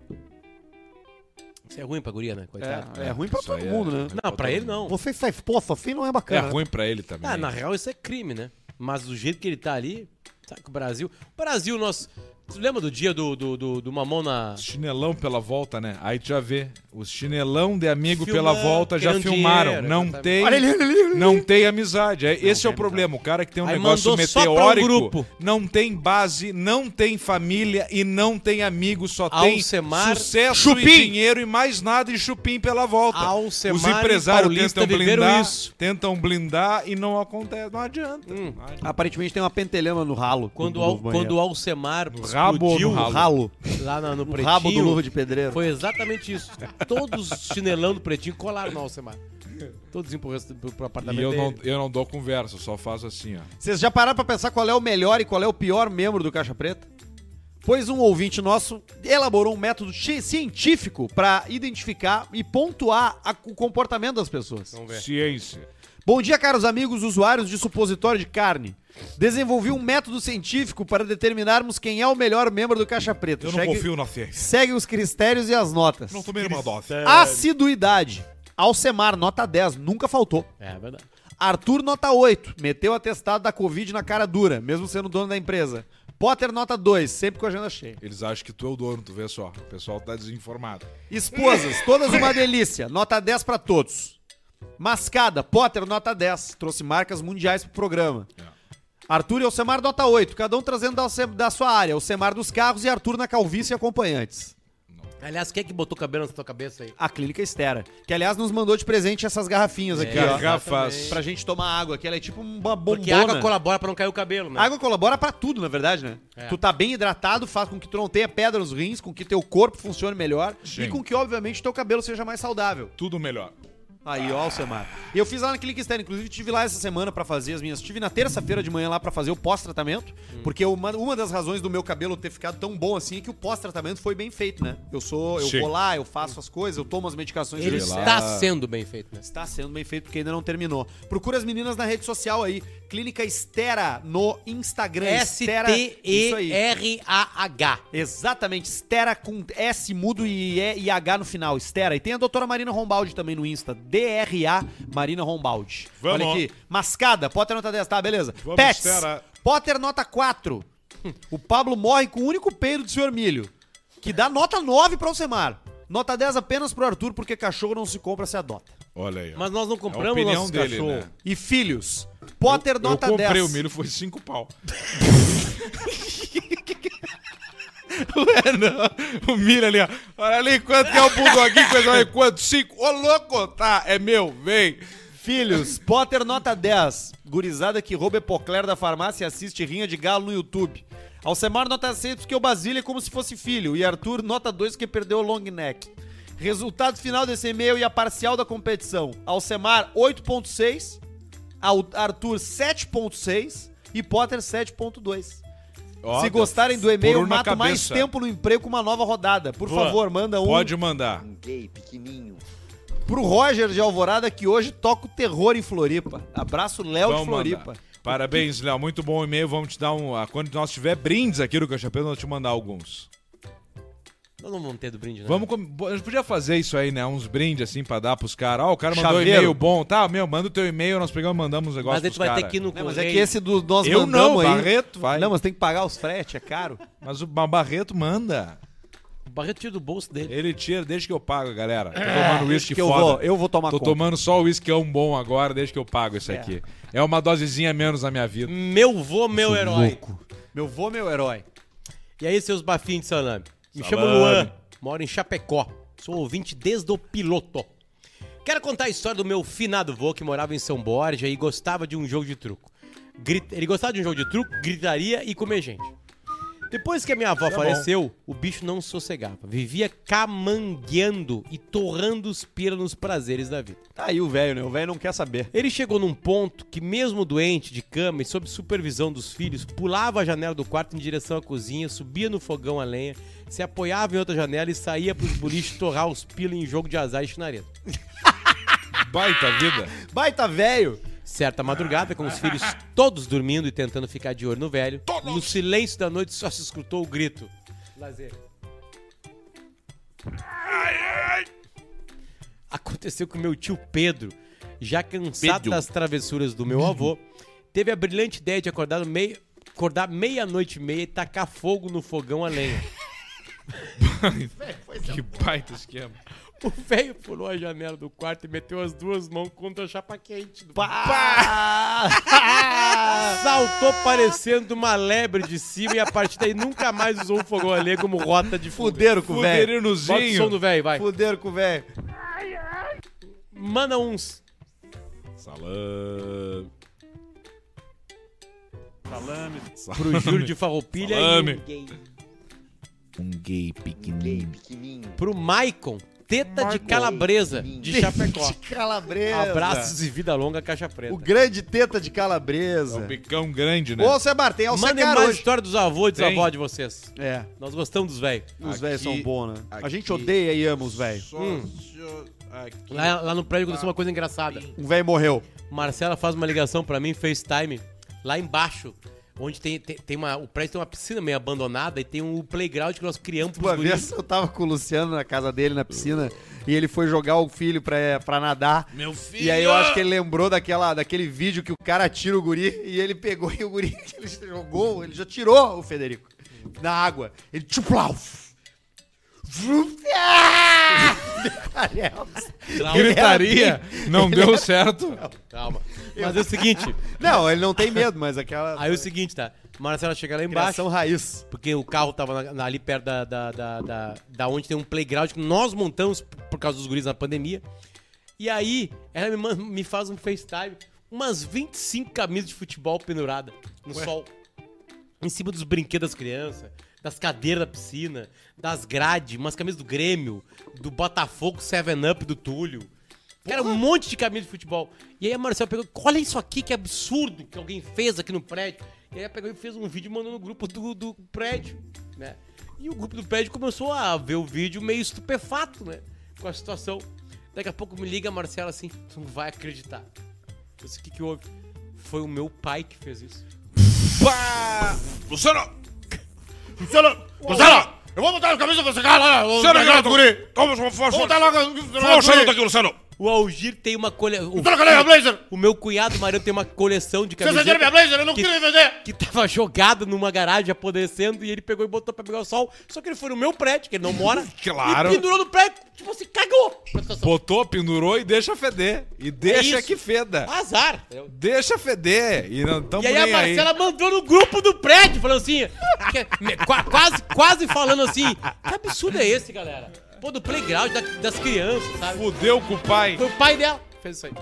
Speaker 3: Isso é ruim pra guria, né? Coitado.
Speaker 1: É, ruim pra
Speaker 2: isso
Speaker 1: todo
Speaker 2: aí é-
Speaker 1: mundo, né?
Speaker 3: Não, pra ele não.
Speaker 1: Você está exposto assim não é
Speaker 2: É
Speaker 1: bacana. né?
Speaker 2: ruim pra ele também.
Speaker 3: Ah, na real, isso é crime, né? Mas do jeito que ele tá ali, sabe que o Brasil. O Brasil, nós. Tu lembra do dia do, do, do, do mamão na.
Speaker 2: Chinelão pela volta, né? Aí tu já vê. Os chinelão de amigo
Speaker 3: Filma-
Speaker 2: pela volta já
Speaker 3: querendo
Speaker 2: filmaram.
Speaker 3: é um dinheiro,
Speaker 2: não
Speaker 3: exatamente.
Speaker 2: tem. Não tem amizade. É, Esse é o problema. O cara que tem um
Speaker 3: Aí
Speaker 2: negócio
Speaker 3: mandou só pra um
Speaker 2: meteórico
Speaker 3: grupo.
Speaker 2: não tem base, não tem família e não tem amigo, só tem
Speaker 3: Alcemar-
Speaker 2: sucesso e
Speaker 1: Chupim.
Speaker 2: dinheiro e mais nada e chupim pela volta.
Speaker 3: Alcemar
Speaker 2: Os
Speaker 3: e
Speaker 2: empresários
Speaker 3: Paulista
Speaker 2: tentam
Speaker 3: viveram
Speaker 2: blindar,
Speaker 3: isso. Hum.
Speaker 2: tentam blindar e não acontece. Não adianta. Não adianta.
Speaker 1: Aparentemente tem uma pentelhama no ralo.
Speaker 3: Quando,
Speaker 1: do
Speaker 3: o Al-
Speaker 1: Luva
Speaker 3: quando
Speaker 1: Banheiro.
Speaker 3: o Alcemar
Speaker 2: rabo ou no
Speaker 3: explodiu
Speaker 1: o ralo,
Speaker 3: lá na- no
Speaker 1: o
Speaker 3: pretinho.
Speaker 1: rabo do luva de pedreiro.
Speaker 3: Foi exatamente isso. Todos os chinelão do pretinho colaram no Alcemar. Todos iam pro, resto- pro- pro apartamento.
Speaker 2: E eu
Speaker 3: dele.
Speaker 2: não, eu não dou conversa, eu só faço assim, ó.
Speaker 1: Vocês já pararam pra pensar qual é o melhor e qual é o pior membro do Caixa Preta? Pois um ouvinte nosso elaborou um método chi- científico pra identificar e pontuar a- o comportamento das pessoas.
Speaker 3: Vamos ver.
Speaker 2: Ciência.
Speaker 1: Bom dia, caros amigos usuários de supositório de carne. Desenvolvi um método científico para determinarmos quem é o melhor membro do Caixa Preta.
Speaker 2: Eu não
Speaker 1: Segue-
Speaker 2: confio na ciência.
Speaker 1: Segue os critérios e as notas.
Speaker 2: Não tomei uma Ah! dose.
Speaker 1: Assiduidade. Alcemar, nota 10, nunca faltou.
Speaker 3: É verdade.
Speaker 1: Arthur, nota 8. Meteu o atestado da Covid na cara dura, mesmo sendo dono da empresa. Potter, nota 2. Sempre com a agenda cheia.
Speaker 2: Eles acham que tu é o dono, tu vê só. O pessoal tá desinformado.
Speaker 1: Esposas, todas uma delícia. Nota 10 pra todos. Mascada, Potter, nota 10. Trouxe marcas mundiais pro programa.
Speaker 3: É.
Speaker 1: Arthur e Alcemar, nota 8. Cada um trazendo da, Alce- da sua área. Alcemar dos carros e Arthur na calvície e acompanhantes.
Speaker 3: Aliás, quem é que botou cabelo na tua cabeça aí?
Speaker 1: A Clínica Estera, que aliás nos mandou de presente essas garrafinhas
Speaker 3: É.
Speaker 1: aqui, ó.
Speaker 2: Garrafas.
Speaker 1: pra gente tomar água, que ela é tipo uma bombona.
Speaker 3: Porque a água colabora pra não cair o cabelo, né?
Speaker 1: A água colabora pra tudo, na verdade, né?
Speaker 3: É.
Speaker 1: Tu tá bem hidratado, faz com que tu não tenha pedra nos rins, com que teu corpo funcione melhor
Speaker 2: Sim.
Speaker 1: e com que, obviamente, teu cabelo seja mais saudável.
Speaker 2: Tudo melhor.
Speaker 1: Aí, ó, Alcemar. Eu fiz lá na Clínica Estera, inclusive tive lá essa semana pra fazer as minhas. Tive na terça-feira de manhã lá pra fazer o pós-tratamento,
Speaker 3: Hum.
Speaker 1: porque uma, uma das razões do meu cabelo ter ficado tão bom assim é que o pós-tratamento foi bem feito, né? Eu sou, eu
Speaker 2: Sim.
Speaker 1: vou lá, eu faço as coisas, eu tomo as medicações
Speaker 3: Ele
Speaker 1: direitinho.
Speaker 3: está sendo bem feito, né?
Speaker 1: Está sendo bem feito porque ainda não terminou. Procura as meninas na rede social aí, Clínica Estera no Instagram. Estera, isso aí.
Speaker 3: S-T-E-R-A-H.
Speaker 1: Exatamente, Estera com S mudo e, E e H no final, Estera. E tem a doutora Marina Rombaldi também no Insta, DRA Marina Rombaldi.
Speaker 2: Vamos.
Speaker 1: Olha aqui, mascada, Potter nota 10, tá, beleza.
Speaker 2: Vamos,
Speaker 1: Pets,
Speaker 2: Estera.
Speaker 1: Potter nota 4. O Pablo morre com o único peido do Sr. Milho, que dá nota 9 para o Semar. Nota 10 apenas pro Arthur, porque cachorro não se compra, se adota.
Speaker 2: Olha aí. ó.
Speaker 3: Mas nós não
Speaker 2: É a
Speaker 3: compramos
Speaker 2: opinião
Speaker 3: nossos
Speaker 2: dele,
Speaker 3: cachorros.
Speaker 2: né?
Speaker 1: E filhos, Potter nota
Speaker 2: eu comprei
Speaker 1: 10.
Speaker 2: o milho, foi cinco [LAUGHS] pau.
Speaker 1: Ué, não.
Speaker 2: O milho ali, ó. Olha ali, quanto que é o bulldoguinho? Coisa olha aí, quanto? Cinco. Ô, louco! Tá, é meu, vem.
Speaker 1: Filhos, Potter nota 10. Gurizada que rouba epocler da farmácia e assiste Rinha de Galo no YouTube. Alcemar nota 6 porque o Basílio é como se fosse filho. E Arthur nota 2 porque perdeu o long neck. Resultado final desse e-mail e a parcial da competição. Alcemar 8.6, Al- Arthur 7.6 e Potter 7.2.
Speaker 2: Ó,
Speaker 1: Se gostarem do e-mail,
Speaker 2: por uma
Speaker 1: mato mais
Speaker 2: cabeça.
Speaker 1: tempo no emprego com uma nova rodada. Por
Speaker 2: Boa.
Speaker 1: favor, manda um
Speaker 2: Pode mandar.
Speaker 7: um gay pequenininho.
Speaker 1: pro Roger de Alvorada que hoje toca o terror em Floripa. Abraço, Léo É de
Speaker 2: Vamos
Speaker 1: Floripa.
Speaker 2: mandar. Parabéns, Léo. Muito bom e-mail. Vamos te dar um. ah, Quando nós tiver brindes aqui no Cachapéu, nós te mandar alguns.
Speaker 3: Nós não vamos ter do brinde, né?
Speaker 2: Vamos. com- bo- A gente podia fazer isso aí, né? Uns brindes assim pra dar pros caras. Ó, o cara mandou
Speaker 1: Chaveiro.
Speaker 2: e-mail bom. Tá, meu, manda o teu e-mail, nós pegamos e mandamos os negócios.
Speaker 3: Mas a gente
Speaker 2: pros
Speaker 3: vai ter
Speaker 2: cara.
Speaker 3: que ir no
Speaker 1: Não,
Speaker 3: correio.
Speaker 1: mas é que esse do nós
Speaker 2: Eu não,
Speaker 1: mandamos aí.
Speaker 2: Barreto vai.
Speaker 1: Não, mas tem que pagar os frete, é
Speaker 2: [LAUGHS]
Speaker 1: caro.
Speaker 2: Mas o Ba- Barreto manda.
Speaker 3: O Barreto tira do bolso dele.
Speaker 2: Ele tira, deixa que eu pago, galera. Tô tomando uísque
Speaker 1: É, que eu
Speaker 2: foda.
Speaker 1: vou, eu vou tomar
Speaker 2: Tô
Speaker 1: conta.
Speaker 2: tomando só o uísque é um bom agora, deixa que eu pago isso aqui. É uma dosezinha menos na minha
Speaker 3: [LAUGHS]
Speaker 2: vida.
Speaker 3: Meu vô, meu herói.
Speaker 1: Meu vô, meu herói.
Speaker 3: E aí, seus bafinhos de salame? Me
Speaker 2: Salame.
Speaker 3: chamo Luan, moro em Chapecó. Sou ouvinte desde o piloto. Quero contar a história do meu finado vô que morava em São Borja e gostava de um jogo de truco. Grit- Ele gostava de um jogo de truco, gritaria e comer gente. Depois que a minha avó faleceu, o bicho não sossegava. Vivia camangueando e torrando os pila nos prazeres da vida.
Speaker 1: Tá aí o velho, né? O velho não quer saber.
Speaker 3: Ele chegou num ponto que, mesmo doente de cama e sob supervisão dos filhos, pulava a janela do quarto em direção à cozinha, subia no fogão a lenha, se apoiava em outra janela e saía pros boliches torrar os pila em jogo de azar e chinaredo.
Speaker 2: Baita vida.
Speaker 1: Baita tá velho.
Speaker 3: Certa madrugada, com os filhos todos dormindo e tentando ficar de olho no velho, no silêncio da noite só se escutou o grito. Lazer. Aconteceu que o meu tio Pedro, já cansado
Speaker 2: Pedro.
Speaker 3: das travessuras do meu avô, teve a brilhante ideia de acordar no meio- acordar meia-noite e meia e tacar fogo no fogão a lenha.
Speaker 2: que baita esquema.
Speaker 3: O velho pulou a janela do quarto e meteu as duas mãos contra a chapa quente do Saltou parecendo uma lebre de cima e a partir daí nunca mais usou um fogão a lenha como rota de fuga.
Speaker 1: Fudeiro com o velho.
Speaker 3: Bota o som do
Speaker 2: Fuderinozinho.
Speaker 3: velho, vai.
Speaker 1: Fudeiro com o velho.
Speaker 3: Manda uns.
Speaker 2: Salame.
Speaker 1: [LAUGHS]
Speaker 3: Pro Júlio de Farroupilha e
Speaker 2: Salame.
Speaker 3: um gay.
Speaker 7: Um gay pequenininho.
Speaker 3: pro Maicon, Teta de Calabresa,
Speaker 1: [LAUGHS]
Speaker 3: de Chapecó.
Speaker 1: Calabresa.
Speaker 3: Abraços e vida longa, caixa preta.
Speaker 1: O grande teta de
Speaker 2: É um
Speaker 1: calabresa.
Speaker 2: picão grande, né?
Speaker 1: Ô, Sebar, tem Alça
Speaker 3: Mandem
Speaker 1: Cara
Speaker 3: mais
Speaker 1: hoje.
Speaker 3: história dos avós e
Speaker 2: Tem.
Speaker 3: desavó de vocês.
Speaker 1: É,
Speaker 3: Nós gostamos dos velhos.
Speaker 1: os
Speaker 2: Aqui-
Speaker 1: velhos são bons, né? A
Speaker 2: aqui-
Speaker 1: gente odeia e ama os velhos.
Speaker 2: Sócio aqui.
Speaker 3: Lá, lá no prédio aconteceu uma coisa engraçada.
Speaker 1: Um velho morreu.
Speaker 3: Marcela faz uma ligação pra mim, FaceTime, lá embaixo. Onde tem, tem, tem uma. O prédio tem uma piscina meio abandonada e tem um playground que nós criamos pros
Speaker 1: Uma
Speaker 3: guris.
Speaker 1: vez eu tava com o Luciano na casa dele, na piscina, e ele foi jogar o filho pra, eh, pra nadar.
Speaker 2: Meu filho!
Speaker 1: E aí eu acho que ele lembrou daquela, daquele vídeo que o cara tira o guri e ele pegou e o guri [LAUGHS] que ele jogou, ele já tirou o Federico na água. Ele tchuplau! Vrum, ah!
Speaker 3: Calma, é
Speaker 2: Gritaria, não deu certo.
Speaker 3: calma. Mas é o seguinte.
Speaker 1: Não, ele não tem medo, mas aquela.
Speaker 3: Aí é o seguinte, tá? Marcela chega lá embaixo.
Speaker 1: Criação raiz.
Speaker 3: Porque o carro tava na- na- ali perto da, da, da, da, da onde tem um playground que nós montamos p- por causa dos guris na pandemia. E aí, ela me, man- me faz um FaceTime, umas 25 camisas de futebol pendurada no sol. Em cima dos brinquedos das crianças, das cadeiras da piscina, das grades, umas camisas do Grêmio, do Botafogo 7-Up do Túlio. Cara, um monte de camisa de futebol. E aí a Marcela pegou, olha isso aqui, que absurdo que alguém fez aqui no prédio. E aí ela pegou e fez um vídeo e mandou no grupo do, do prédio, né? E o grupo do prédio começou a ver o vídeo meio estupefato, né? Com a situação. Daqui a pouco me liga a Marcela assim, tu não vai acreditar. Eu disse, o que que houve? Foi o meu pai que fez isso.
Speaker 2: Pá! Luciano!
Speaker 4: Luciano, eu vou botar a camisa pra você, cara.
Speaker 2: Luciano, garoto, guri! Toma uma força!
Speaker 4: Vou botar logo.
Speaker 2: Fala o charuto aqui, Luciano!
Speaker 3: O Algir tem uma coleção.
Speaker 4: Troca minha blazer.
Speaker 3: O meu cunhado Mariano tem uma coleção de
Speaker 4: Vocês venderam minha
Speaker 3: camisetas
Speaker 4: blazer? Eu não queria vender.
Speaker 3: que tava jogada numa garagem apodrecendo e ele pegou e botou pra pegar o sol. Só que ele foi no meu prédio, que ele
Speaker 4: [LAUGHS]
Speaker 3: não mora.
Speaker 2: Claro.
Speaker 3: E pendurou no prédio, tipo assim, cagou. pra situação.
Speaker 2: Botou, pendurou e deixa feder. E deixa
Speaker 3: É isso.
Speaker 2: que feda.
Speaker 3: Azar. entendeu?
Speaker 2: Deixa feder. E não tamo
Speaker 3: E aí a
Speaker 2: nem aí.
Speaker 3: Marcela mandou no grupo do prédio, falando assim, que- me- qua- quase, quase falando assim, que absurdo é esse, galera? Pô, do playground, da- das crianças, sabe?
Speaker 2: Fudeu com o pai.
Speaker 3: Foi o pai dela que fez isso aí.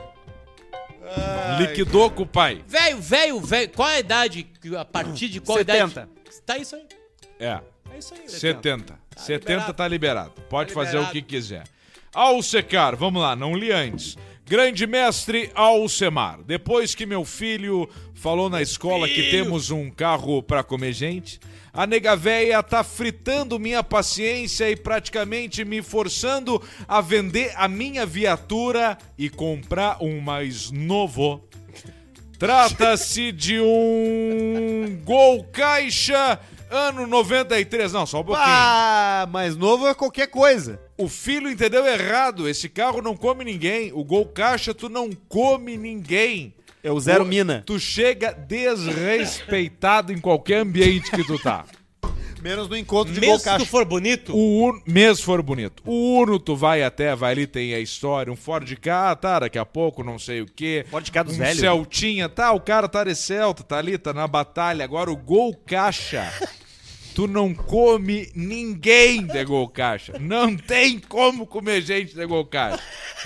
Speaker 2: Liquidou com o pai.
Speaker 3: Velho, velho, velho, qual a idade, que- a partir de qual
Speaker 1: 70.
Speaker 3: idade? Tá isso aí,
Speaker 2: É.
Speaker 3: é isso aí.
Speaker 2: 70. 70
Speaker 3: liberado.
Speaker 2: tá liberado. Pode
Speaker 3: Tá
Speaker 2: fazer o
Speaker 3: liberado.
Speaker 2: que quiser. Alcecar, vamos lá, não li antes. Grande mestre Alcemar, depois que meu filho falou na escola que temos um carro pra comer gente, a nega véia tá fritando minha paciência e praticamente me forçando a vender a minha viatura e comprar um mais novo. Trata-se de
Speaker 3: [LAUGHS]
Speaker 2: um Gol Caixa ano 93. Não, só um pouquinho.
Speaker 1: Ah, mais novo é qualquer coisa.
Speaker 2: O filho entendeu errado. Esse carro não come ninguém. O Gol Caixa tu não come ninguém.
Speaker 1: É o zero
Speaker 2: Tu-
Speaker 1: mina.
Speaker 2: Tu chega desrespeitado em qualquer ambiente que tu tá.
Speaker 1: Menos no encontro de
Speaker 3: Mesmo se tu
Speaker 1: Bocacho.
Speaker 3: for bonito,
Speaker 2: O Uno, mesmo for bonito. O Uno, tu vai até, vai ali, tem a história. Um Ford K, tá, daqui a pouco, não sei o quê.
Speaker 1: Ford Ka dos
Speaker 2: um
Speaker 1: velhos.
Speaker 2: Celtinha, tá, o cara tá de Celta, tá ali, tá na batalha. Agora o Gol
Speaker 1: [LAUGHS]
Speaker 2: Caixa. Tu não come ninguém de Gol Caixa. Não tem como comer gente de Gol Caixa.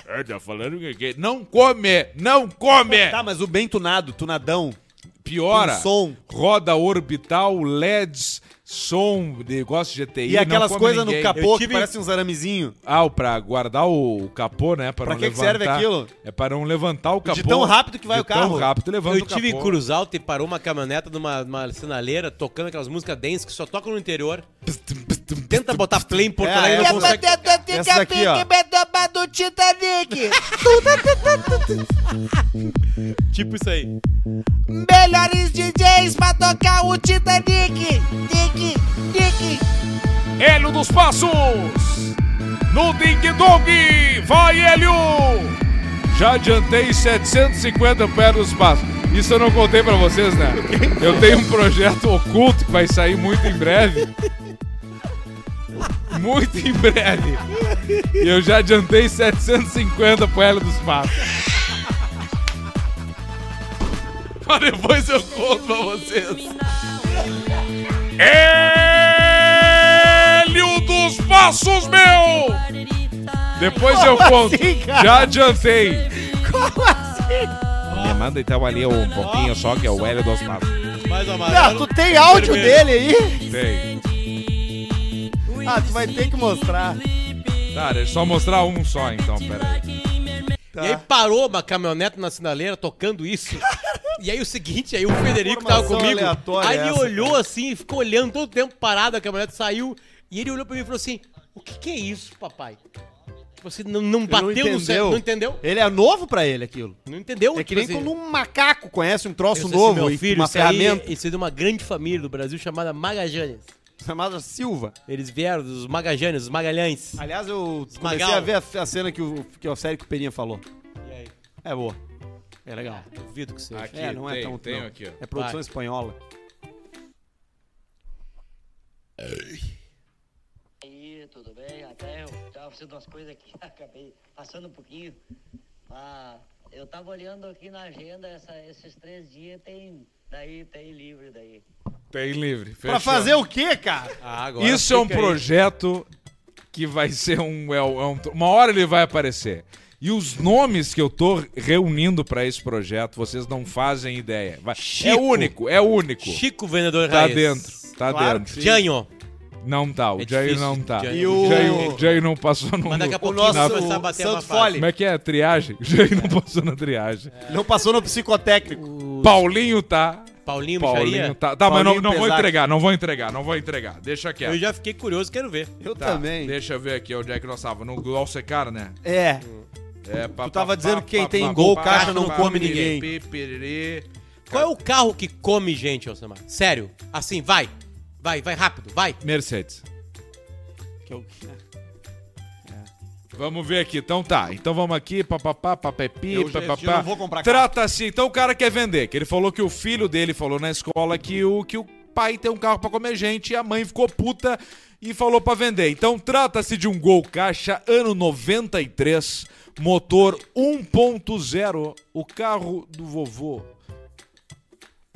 Speaker 2: É, tá falando que- que... Não come! Não come!
Speaker 1: Tá, mas o bem tunado, tunadão.
Speaker 2: Piora.
Speaker 1: Com som.
Speaker 2: Roda orbital, LEDs, som, negócio GTI.
Speaker 1: E aquelas
Speaker 2: não come
Speaker 1: coisas no
Speaker 2: ninguém.
Speaker 1: capô
Speaker 3: Eu
Speaker 1: que
Speaker 3: tive-
Speaker 1: parece uns aramezinho.
Speaker 2: Ah, o pra guardar o, o capô, né? Pra,
Speaker 1: Pra
Speaker 2: não
Speaker 1: que que
Speaker 2: levantar.
Speaker 1: serve aquilo?
Speaker 2: É para não levantar o capô.
Speaker 1: De tão rápido que vai
Speaker 2: De
Speaker 1: o carro.
Speaker 2: Tão rápido levanta
Speaker 3: eu
Speaker 2: o
Speaker 3: tive em
Speaker 2: capô.
Speaker 3: Cruz Alta e parou uma caminhoneta numa, numa sinaleira tocando aquelas músicas dance que só tocam no interior. Tenta botar play em Porto
Speaker 1: É,
Speaker 3: Alegre,
Speaker 1: é.
Speaker 3: não consegue.
Speaker 1: Essa daqui, ó.
Speaker 3: Tipo isso aí.
Speaker 7: Melhores DJs pra tocar o Titanic. Nick, Nick.
Speaker 2: Hélio dos Passos! No Ding Dong! Vai, Hélio! Já adiantei 750 pés dos passos. Isso eu não contei pra vocês, né? Eu tenho um projeto oculto que vai sair muito em breve. Muito em breve. E eu já adiantei 750 pro Hélio dos Passos. Mas depois eu conto pra vocês. Hélio dos Passos, meu! Depois eu
Speaker 3: assim,
Speaker 2: conto. Já adiantei. Como assim? Me manda então ali um pouquinho só que é o Hélio dos Passos.
Speaker 3: Mais uma
Speaker 1: Ah, tu tem áudio
Speaker 3: Vermelho.
Speaker 1: dele aí?
Speaker 2: Tem.
Speaker 1: Ah, tu vai ter que mostrar.
Speaker 2: Tá, deixa eu só mostrar um só então, peraí.
Speaker 1: Tá.
Speaker 3: E aí parou uma caminhonete na sinaleira
Speaker 1: [LAUGHS]
Speaker 3: tocando isso. E aí o seguinte, aí o Federico tava
Speaker 1: Informação
Speaker 3: comigo,
Speaker 1: aleatória é
Speaker 3: aí ele
Speaker 1: essa,
Speaker 3: olhou assim, e ficou olhando todo o tempo parado, a caminhonete saiu, e ele olhou pra mim e falou assim, o que que é isso, papai? Você não, não bateu no céu, não entendeu?
Speaker 1: Ele é novo pra ele aquilo.
Speaker 3: Não entendeu?
Speaker 1: É que nem
Speaker 3: Tipo assim,
Speaker 1: quando um macaco conhece um
Speaker 3: eu
Speaker 1: troço
Speaker 3: disse assim,
Speaker 1: novo
Speaker 3: meu
Speaker 1: e
Speaker 3: filho,
Speaker 1: uma
Speaker 3: isso aí é-
Speaker 1: ferramenta
Speaker 3: Isso é de uma grande família do Brasil chamada Magajanes.
Speaker 1: chamada Silva.
Speaker 3: Eles vieram dos Magajanes, dos Magalhães.
Speaker 1: Aliás, eu
Speaker 3: Esmagal.
Speaker 1: comecei a ver a, a cena que o, que a série que o Peninha falou.
Speaker 3: E aí?
Speaker 1: É boa. É legal.
Speaker 3: Duvido que seja.
Speaker 2: Aqui,
Speaker 1: é, não é
Speaker 2: tem,
Speaker 1: tão
Speaker 2: tem
Speaker 1: não.
Speaker 2: aqui, ó.
Speaker 1: É produção
Speaker 3: Vai.
Speaker 1: espanhola.
Speaker 8: aí, tudo bem? Até eu tava fazendo umas coisas aqui, [LAUGHS] acabei passando um pouquinho. Ah, eu tava olhando aqui na agenda, essa- esses três dias tem. Daí tem livre daí.
Speaker 2: Tem livre.
Speaker 1: Pra
Speaker 2: fechou.
Speaker 1: fazer o quê, cara?
Speaker 3: Ah, agora
Speaker 2: Isso é um
Speaker 3: fica aí.
Speaker 2: projeto que vai ser um, é um- é um- Uma hora ele vai aparecer. E os nomes que eu tô reunindo pra esse projeto, vocês não fazem ideia. Vai- É
Speaker 3: Chico.
Speaker 2: único, é único.
Speaker 3: Chico Vendedor
Speaker 2: Tá
Speaker 3: Raiz.
Speaker 2: dentro, tá
Speaker 1: Claro
Speaker 2: dentro.
Speaker 1: que sim.
Speaker 3: Janho.
Speaker 2: Não tá, o
Speaker 3: É
Speaker 2: Jay
Speaker 3: difícil,
Speaker 2: não tá.
Speaker 3: Jay.
Speaker 1: E o-
Speaker 2: Jay, Jay não passou no.
Speaker 3: Mas daqui a
Speaker 2: no-
Speaker 3: pouco
Speaker 1: nosso
Speaker 3: vai começar a bater
Speaker 1: Santo
Speaker 3: uma fase.
Speaker 2: Como é que é? Triagem? Jay não passou na triagem.
Speaker 1: Não passou no psicotécnico.
Speaker 2: Paulinho tá.
Speaker 3: Paulinho,
Speaker 2: Paulinho
Speaker 3: Micharia?
Speaker 2: tá. Tá, mas não,
Speaker 1: Paulinho
Speaker 2: não vou
Speaker 1: Pesach.
Speaker 2: entregar, não vou entregar, não vou entregar. Deixa
Speaker 3: Eu
Speaker 2: quieto.
Speaker 3: já fiquei curioso, quero ver.
Speaker 1: Eu
Speaker 2: Tá, Deixa eu ver aqui onde é que nós tava. No Gol Secar, né?
Speaker 1: É.
Speaker 2: É, pá,
Speaker 1: Tu tava
Speaker 2: pá,
Speaker 1: dizendo
Speaker 2: pá,
Speaker 1: que quem
Speaker 2: pá,
Speaker 1: tem
Speaker 2: pá,
Speaker 1: gol,
Speaker 2: pá,
Speaker 1: caixa
Speaker 2: pá,
Speaker 1: não
Speaker 2: pá,
Speaker 1: come
Speaker 2: piriri,
Speaker 1: ninguém.
Speaker 2: piriri.
Speaker 3: Qual é o carro que come gente, Alcemar? Sério. Assim, vai. Vai, vai rápido, vai.
Speaker 2: Mercedes. Vamos ver aqui. Então tá. Então vamos aqui. Papapá, papepi,
Speaker 1: Eu, gente, eu
Speaker 2: papapá.
Speaker 1: não vou comprar carro.
Speaker 2: Trata-se. Então o cara quer vender. Que ele falou que o filho dele falou na escola que o, que o pai tem um carro pra comer gente e a mãe ficou puta e falou pra vender. Então trata-se de um Gol Caixa ano 93, motor 1.0, o carro do vovô.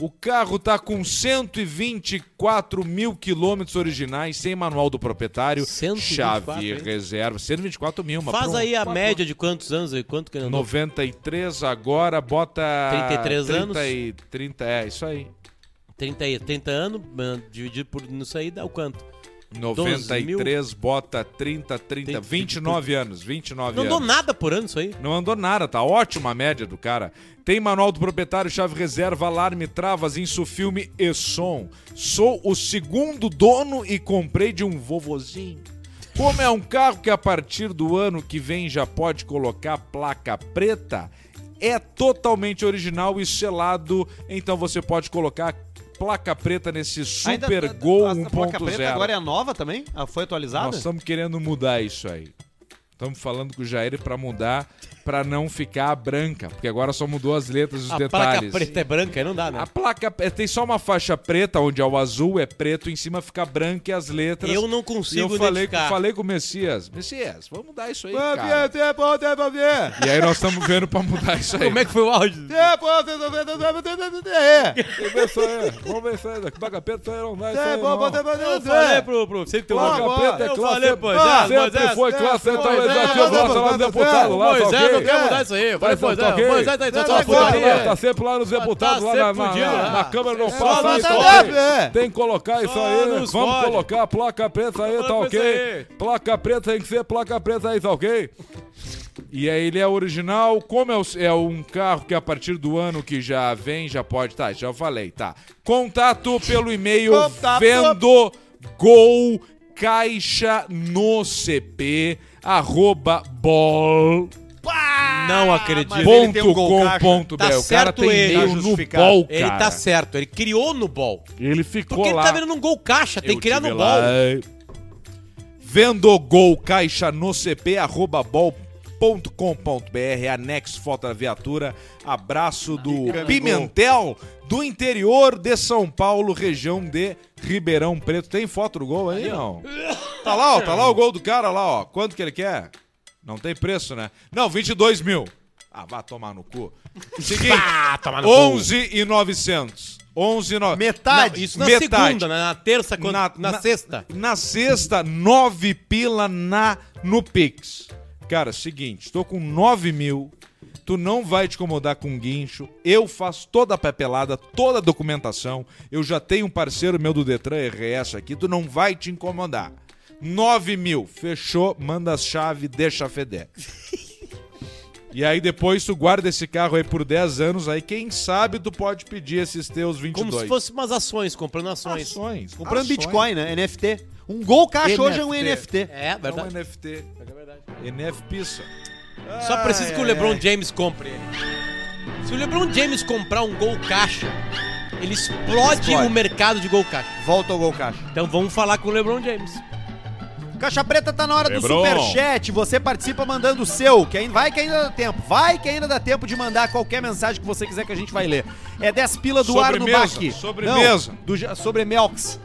Speaker 2: O carro tá com 124 mil quilômetros originais, sem manual do proprietário,
Speaker 3: 124,
Speaker 2: chave,
Speaker 3: hein?
Speaker 2: reserva, 124 mil. mas
Speaker 3: Faz
Speaker 2: pra um-
Speaker 3: aí a média de quantos anos e quanto que ele andou.
Speaker 2: 93 agora, bota...
Speaker 3: 33 anos.
Speaker 2: E 30, é, isso aí.
Speaker 3: 30, aí, 30 anos, mano, dividido por não sei, dá o quanto.
Speaker 2: 93, bota 30, 30, 29 anos, 29
Speaker 3: Não
Speaker 2: anos.
Speaker 3: dou nada por ano isso aí.
Speaker 2: Não andou nada, tá ótima a média do cara. Tem manual do proprietário, chave reserva, alarme, travas, insufilme e som. Sou o segundo dono e comprei de um vovozinho. Como é um carro que a partir do ano que vem já pode colocar placa preta, é totalmente original e selado, então você pode colocar placa preta nesse Super Gol
Speaker 1: A tá- placa preta
Speaker 2: 1.0.
Speaker 1: agora é nova também? Ah, Foi atualizada?
Speaker 2: Nós estamos querendo mudar isso aí. Estamos falando com o Jair pra mudar, pra não ficar branca, porque agora só mudou as letras e os
Speaker 3: a placa
Speaker 2: detalhes.
Speaker 3: preta é branca, aí não dá, né?
Speaker 2: A placa é, tem só uma faixa preta, onde é o azul, é preto, em cima fica branca e as letras.
Speaker 3: Eu não
Speaker 2: E
Speaker 3: consigo
Speaker 2: eu falei, com-
Speaker 3: identificar.
Speaker 2: falei com o Messias. Messias, vamos mudar isso aí, cara.
Speaker 1: Tempo, tempo, tempo.
Speaker 2: E aí nós estamos vendo pra mudar isso aí.
Speaker 3: Como é que foi o áudio?
Speaker 1: Tempo, tempo, tempo, tempo, tempo, tempo.
Speaker 2: Vamos ver isso aí. Vamos ver isso aí. Daqui placa preta isso tá aí não dá isso
Speaker 1: É
Speaker 2: aí, não.
Speaker 1: Tempo, tempo,
Speaker 3: Eu
Speaker 1: tempo,
Speaker 2: é.
Speaker 3: falei
Speaker 1: tempo.
Speaker 3: pro, pro sempre tem um
Speaker 1: Placa
Speaker 3: áudio.
Speaker 1: preta é
Speaker 3: Eu
Speaker 2: classe-
Speaker 3: falei, pois
Speaker 1: Ah,
Speaker 3: é, pois
Speaker 2: Sempre
Speaker 3: é.
Speaker 2: foi classe centralizativa,
Speaker 1: Moisés,
Speaker 2: bota lá no
Speaker 1: Moisés,
Speaker 2: deputado lá, tá
Speaker 3: Moisés, não
Speaker 2: ok?
Speaker 3: quer mudar isso aí. Eu falei,
Speaker 2: Tá,
Speaker 3: pois
Speaker 2: tá ok.
Speaker 3: é, Moisés tá entrando
Speaker 1: Tá,
Speaker 3: só uma
Speaker 1: tá, Fora,
Speaker 2: Fora,
Speaker 1: né?
Speaker 2: tá
Speaker 3: putaria.
Speaker 2: sempre lá nos deputados,
Speaker 3: tá
Speaker 2: lá na,
Speaker 3: sempre
Speaker 2: na,
Speaker 3: fudido,
Speaker 2: na,
Speaker 3: né?
Speaker 2: na Câmara não
Speaker 1: Só
Speaker 2: passa.
Speaker 1: na
Speaker 2: então
Speaker 1: cidade,
Speaker 2: tem-
Speaker 1: é.
Speaker 2: Tem que colocar isso
Speaker 3: Só
Speaker 2: aí.
Speaker 3: nos
Speaker 2: Vamos
Speaker 3: fode.
Speaker 2: colocar a placa preta aí, tá
Speaker 3: Placa
Speaker 2: ok?
Speaker 3: preta aí.
Speaker 2: Placa preta tem que ser placa preta aí, tá ok? E aí ele é original, como é, o- é um carro que a partir do ano que já vem, já pode, tá, já falei, tá. Contato pelo e-mail
Speaker 1: Contato.
Speaker 2: vendo gol caixa no cp arroba bol
Speaker 3: Não acredito.
Speaker 1: Ah, mas ele tem um gol caixa.
Speaker 2: .com.br.
Speaker 3: Tá
Speaker 2: o cara
Speaker 3: certo
Speaker 2: tem
Speaker 3: ele.
Speaker 2: meio
Speaker 3: Tá
Speaker 2: no
Speaker 1: justificado.
Speaker 2: bol, cara.
Speaker 3: Ele tá certo, ele criou no bol.
Speaker 2: Ele ficou
Speaker 3: Porque
Speaker 2: lá.
Speaker 3: ele tá vendo um gol caixa, tem
Speaker 2: Eu
Speaker 3: que criar
Speaker 2: tive
Speaker 3: no
Speaker 2: lá. é.
Speaker 3: bol.
Speaker 2: Vendo gol caixa no cp arroba bol.com.br, anexo foto da viatura, abraço do Pimentel, do interior de São Paulo, região de Ribeirão Preto. Tem foto do gol aí, não? Tá lá, ó, tá lá o gol do cara lá, ó. Quanto que ele quer? Não tem preço, né? Não, 22 mil. Ah, vá tomar no
Speaker 3: [LAUGHS]
Speaker 2: cu. Seguinte, 11 e 900. 11 e 900.
Speaker 1: Metade.
Speaker 3: Não, isso na
Speaker 2: Ah, Metade.
Speaker 3: segunda, né? na terça, quando- na, sexta.
Speaker 2: Na sexta, nove pila na, no Pix. Cara, seguinte, tô com nove mil, tu não vai te incomodar com guincho, eu faço toda a papelada, toda a documentação, eu já tenho um parceiro meu do Detran RS aqui, tu não vai te incomodar. 9 mil. Fechou, manda as chaves, deixa a Fedex. E aí depois tu guarda esse carro aí por 10 anos, aí quem sabe tu pode pedir esses teus 22.
Speaker 3: Como se fosse umas ações, comprando ações.
Speaker 2: ações.
Speaker 3: Tá
Speaker 1: Comprando
Speaker 2: ações.
Speaker 1: Bitcoin, né? NFT. Um gol caixa hoje é um
Speaker 2: NFT.
Speaker 1: NFT.
Speaker 3: É,
Speaker 2: É um
Speaker 3: verdade.
Speaker 2: NFT. NFP só.
Speaker 3: Só precisa que o LeBron James compre ele. Se o LeBron James comprar um gol caixa, ele explode,
Speaker 1: Explode.
Speaker 3: o mercado de gol caixa.
Speaker 1: Volta o gol caixa.
Speaker 3: Então vamos falar com o LeBron James.
Speaker 1: Caixa Preta tá na hora
Speaker 2: Lebron.
Speaker 1: do Superchat. Você participa mandando o seu, que ainda vai que ainda dá tempo. Vai que ainda dá tempo de mandar qualquer mensagem que você quiser que a gente vai ler. É 10 pila do ar no
Speaker 2: Sobremesa,
Speaker 1: baque.
Speaker 2: sobremesa.
Speaker 1: Não, do, ja- sobremelx.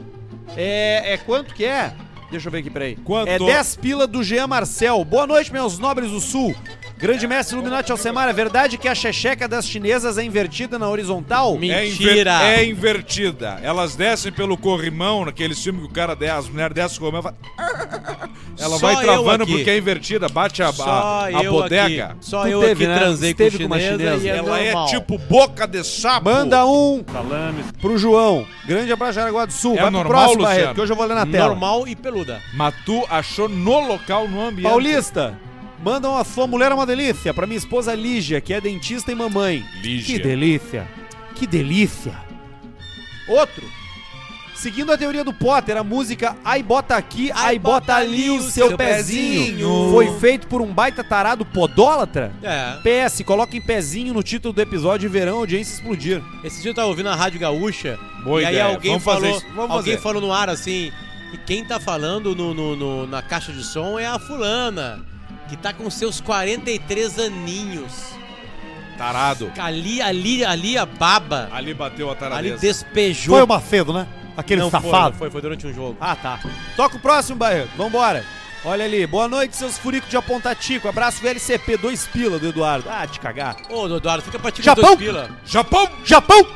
Speaker 1: É, é quanto que é? Deixa eu ver aqui, peraí.
Speaker 2: Quanto?
Speaker 1: É 10 pila do Jean Marcel. Boa noite, meus nobres do Sul. Grande mestre Illuminati Alcemar, é verdade que a checheca das chinesas é invertida na horizontal?
Speaker 2: É, inver-
Speaker 3: Mentira.
Speaker 2: é invertida. Elas descem pelo corrimão, naquele filme que o cara desce, as mulheres descem o corrimão e fala... [LAUGHS] Ela
Speaker 3: Só
Speaker 2: vai travando
Speaker 3: eu aqui.
Speaker 2: porque é invertida, bate a,
Speaker 3: Só
Speaker 2: a, a
Speaker 3: eu
Speaker 2: bodega.
Speaker 3: aqui. Só
Speaker 1: Tu
Speaker 3: eu
Speaker 1: teve,
Speaker 3: aqui
Speaker 1: né?
Speaker 3: transei
Speaker 1: Esteve
Speaker 3: com
Speaker 1: com uma
Speaker 3: uma chinesa.
Speaker 1: chinesa.
Speaker 3: e é
Speaker 2: Ela é
Speaker 3: normal.
Speaker 2: tipo boca de sapo.
Speaker 1: Manda um pro João. Grande abraço, Jaraguá do Sul.
Speaker 2: É
Speaker 1: Vai
Speaker 2: normal,
Speaker 1: pro próximo,
Speaker 2: Luciano?
Speaker 1: Barreto, que hoje eu vou ler na tela.
Speaker 3: normal e peluda.
Speaker 2: Mas tu achou no local, no ambiente.
Speaker 1: Paulista, mandam a sua mulher é uma delícia pra minha esposa Lígia, que é dentista e mamãe.
Speaker 2: Lígia.
Speaker 1: Que delícia. Que delícia. Outro. Seguindo a teoria do Potter, a música Ai Bota Aqui, Ai Bota Ali o Seu Pezinho
Speaker 3: pezinho.
Speaker 1: foi feito por um baita tarado podólatra?
Speaker 3: É.
Speaker 1: PS, coloca em pezinho no título do episdio de verão, audiência explodir.
Speaker 3: Esse dia eu tava ouvindo a Rádio Gaúcha.
Speaker 2: Boa
Speaker 3: e aí
Speaker 2: ideia.
Speaker 3: alguém
Speaker 2: Vamos fazer
Speaker 3: falou.
Speaker 2: isso. Vamos
Speaker 3: alguém
Speaker 2: fazer.
Speaker 3: falou no ar assim. E quem tá falando no, no- no- na caixa de som é a fulana. Que tá com seus 43 aninhos.
Speaker 2: Tarado.
Speaker 3: Ali, ali, ali a baba.
Speaker 2: Ali bateu a
Speaker 3: Ali
Speaker 2: taradeza.
Speaker 3: despejou.
Speaker 1: Macedo, né? Aquele
Speaker 3: não, foi, não foi, foi durante um jogo.
Speaker 1: Ah, tá. Toca o próximo, Barreto. Vambora. Olha ali. Boa noite, seus furicos de apontatico. Abraço VLCP, dois pila do Eduardo. Ah, te cagar.
Speaker 3: Ô, Eduardo, fica pra ti com
Speaker 1: Japão?
Speaker 3: dois pila.
Speaker 2: Japão!
Speaker 1: Japão!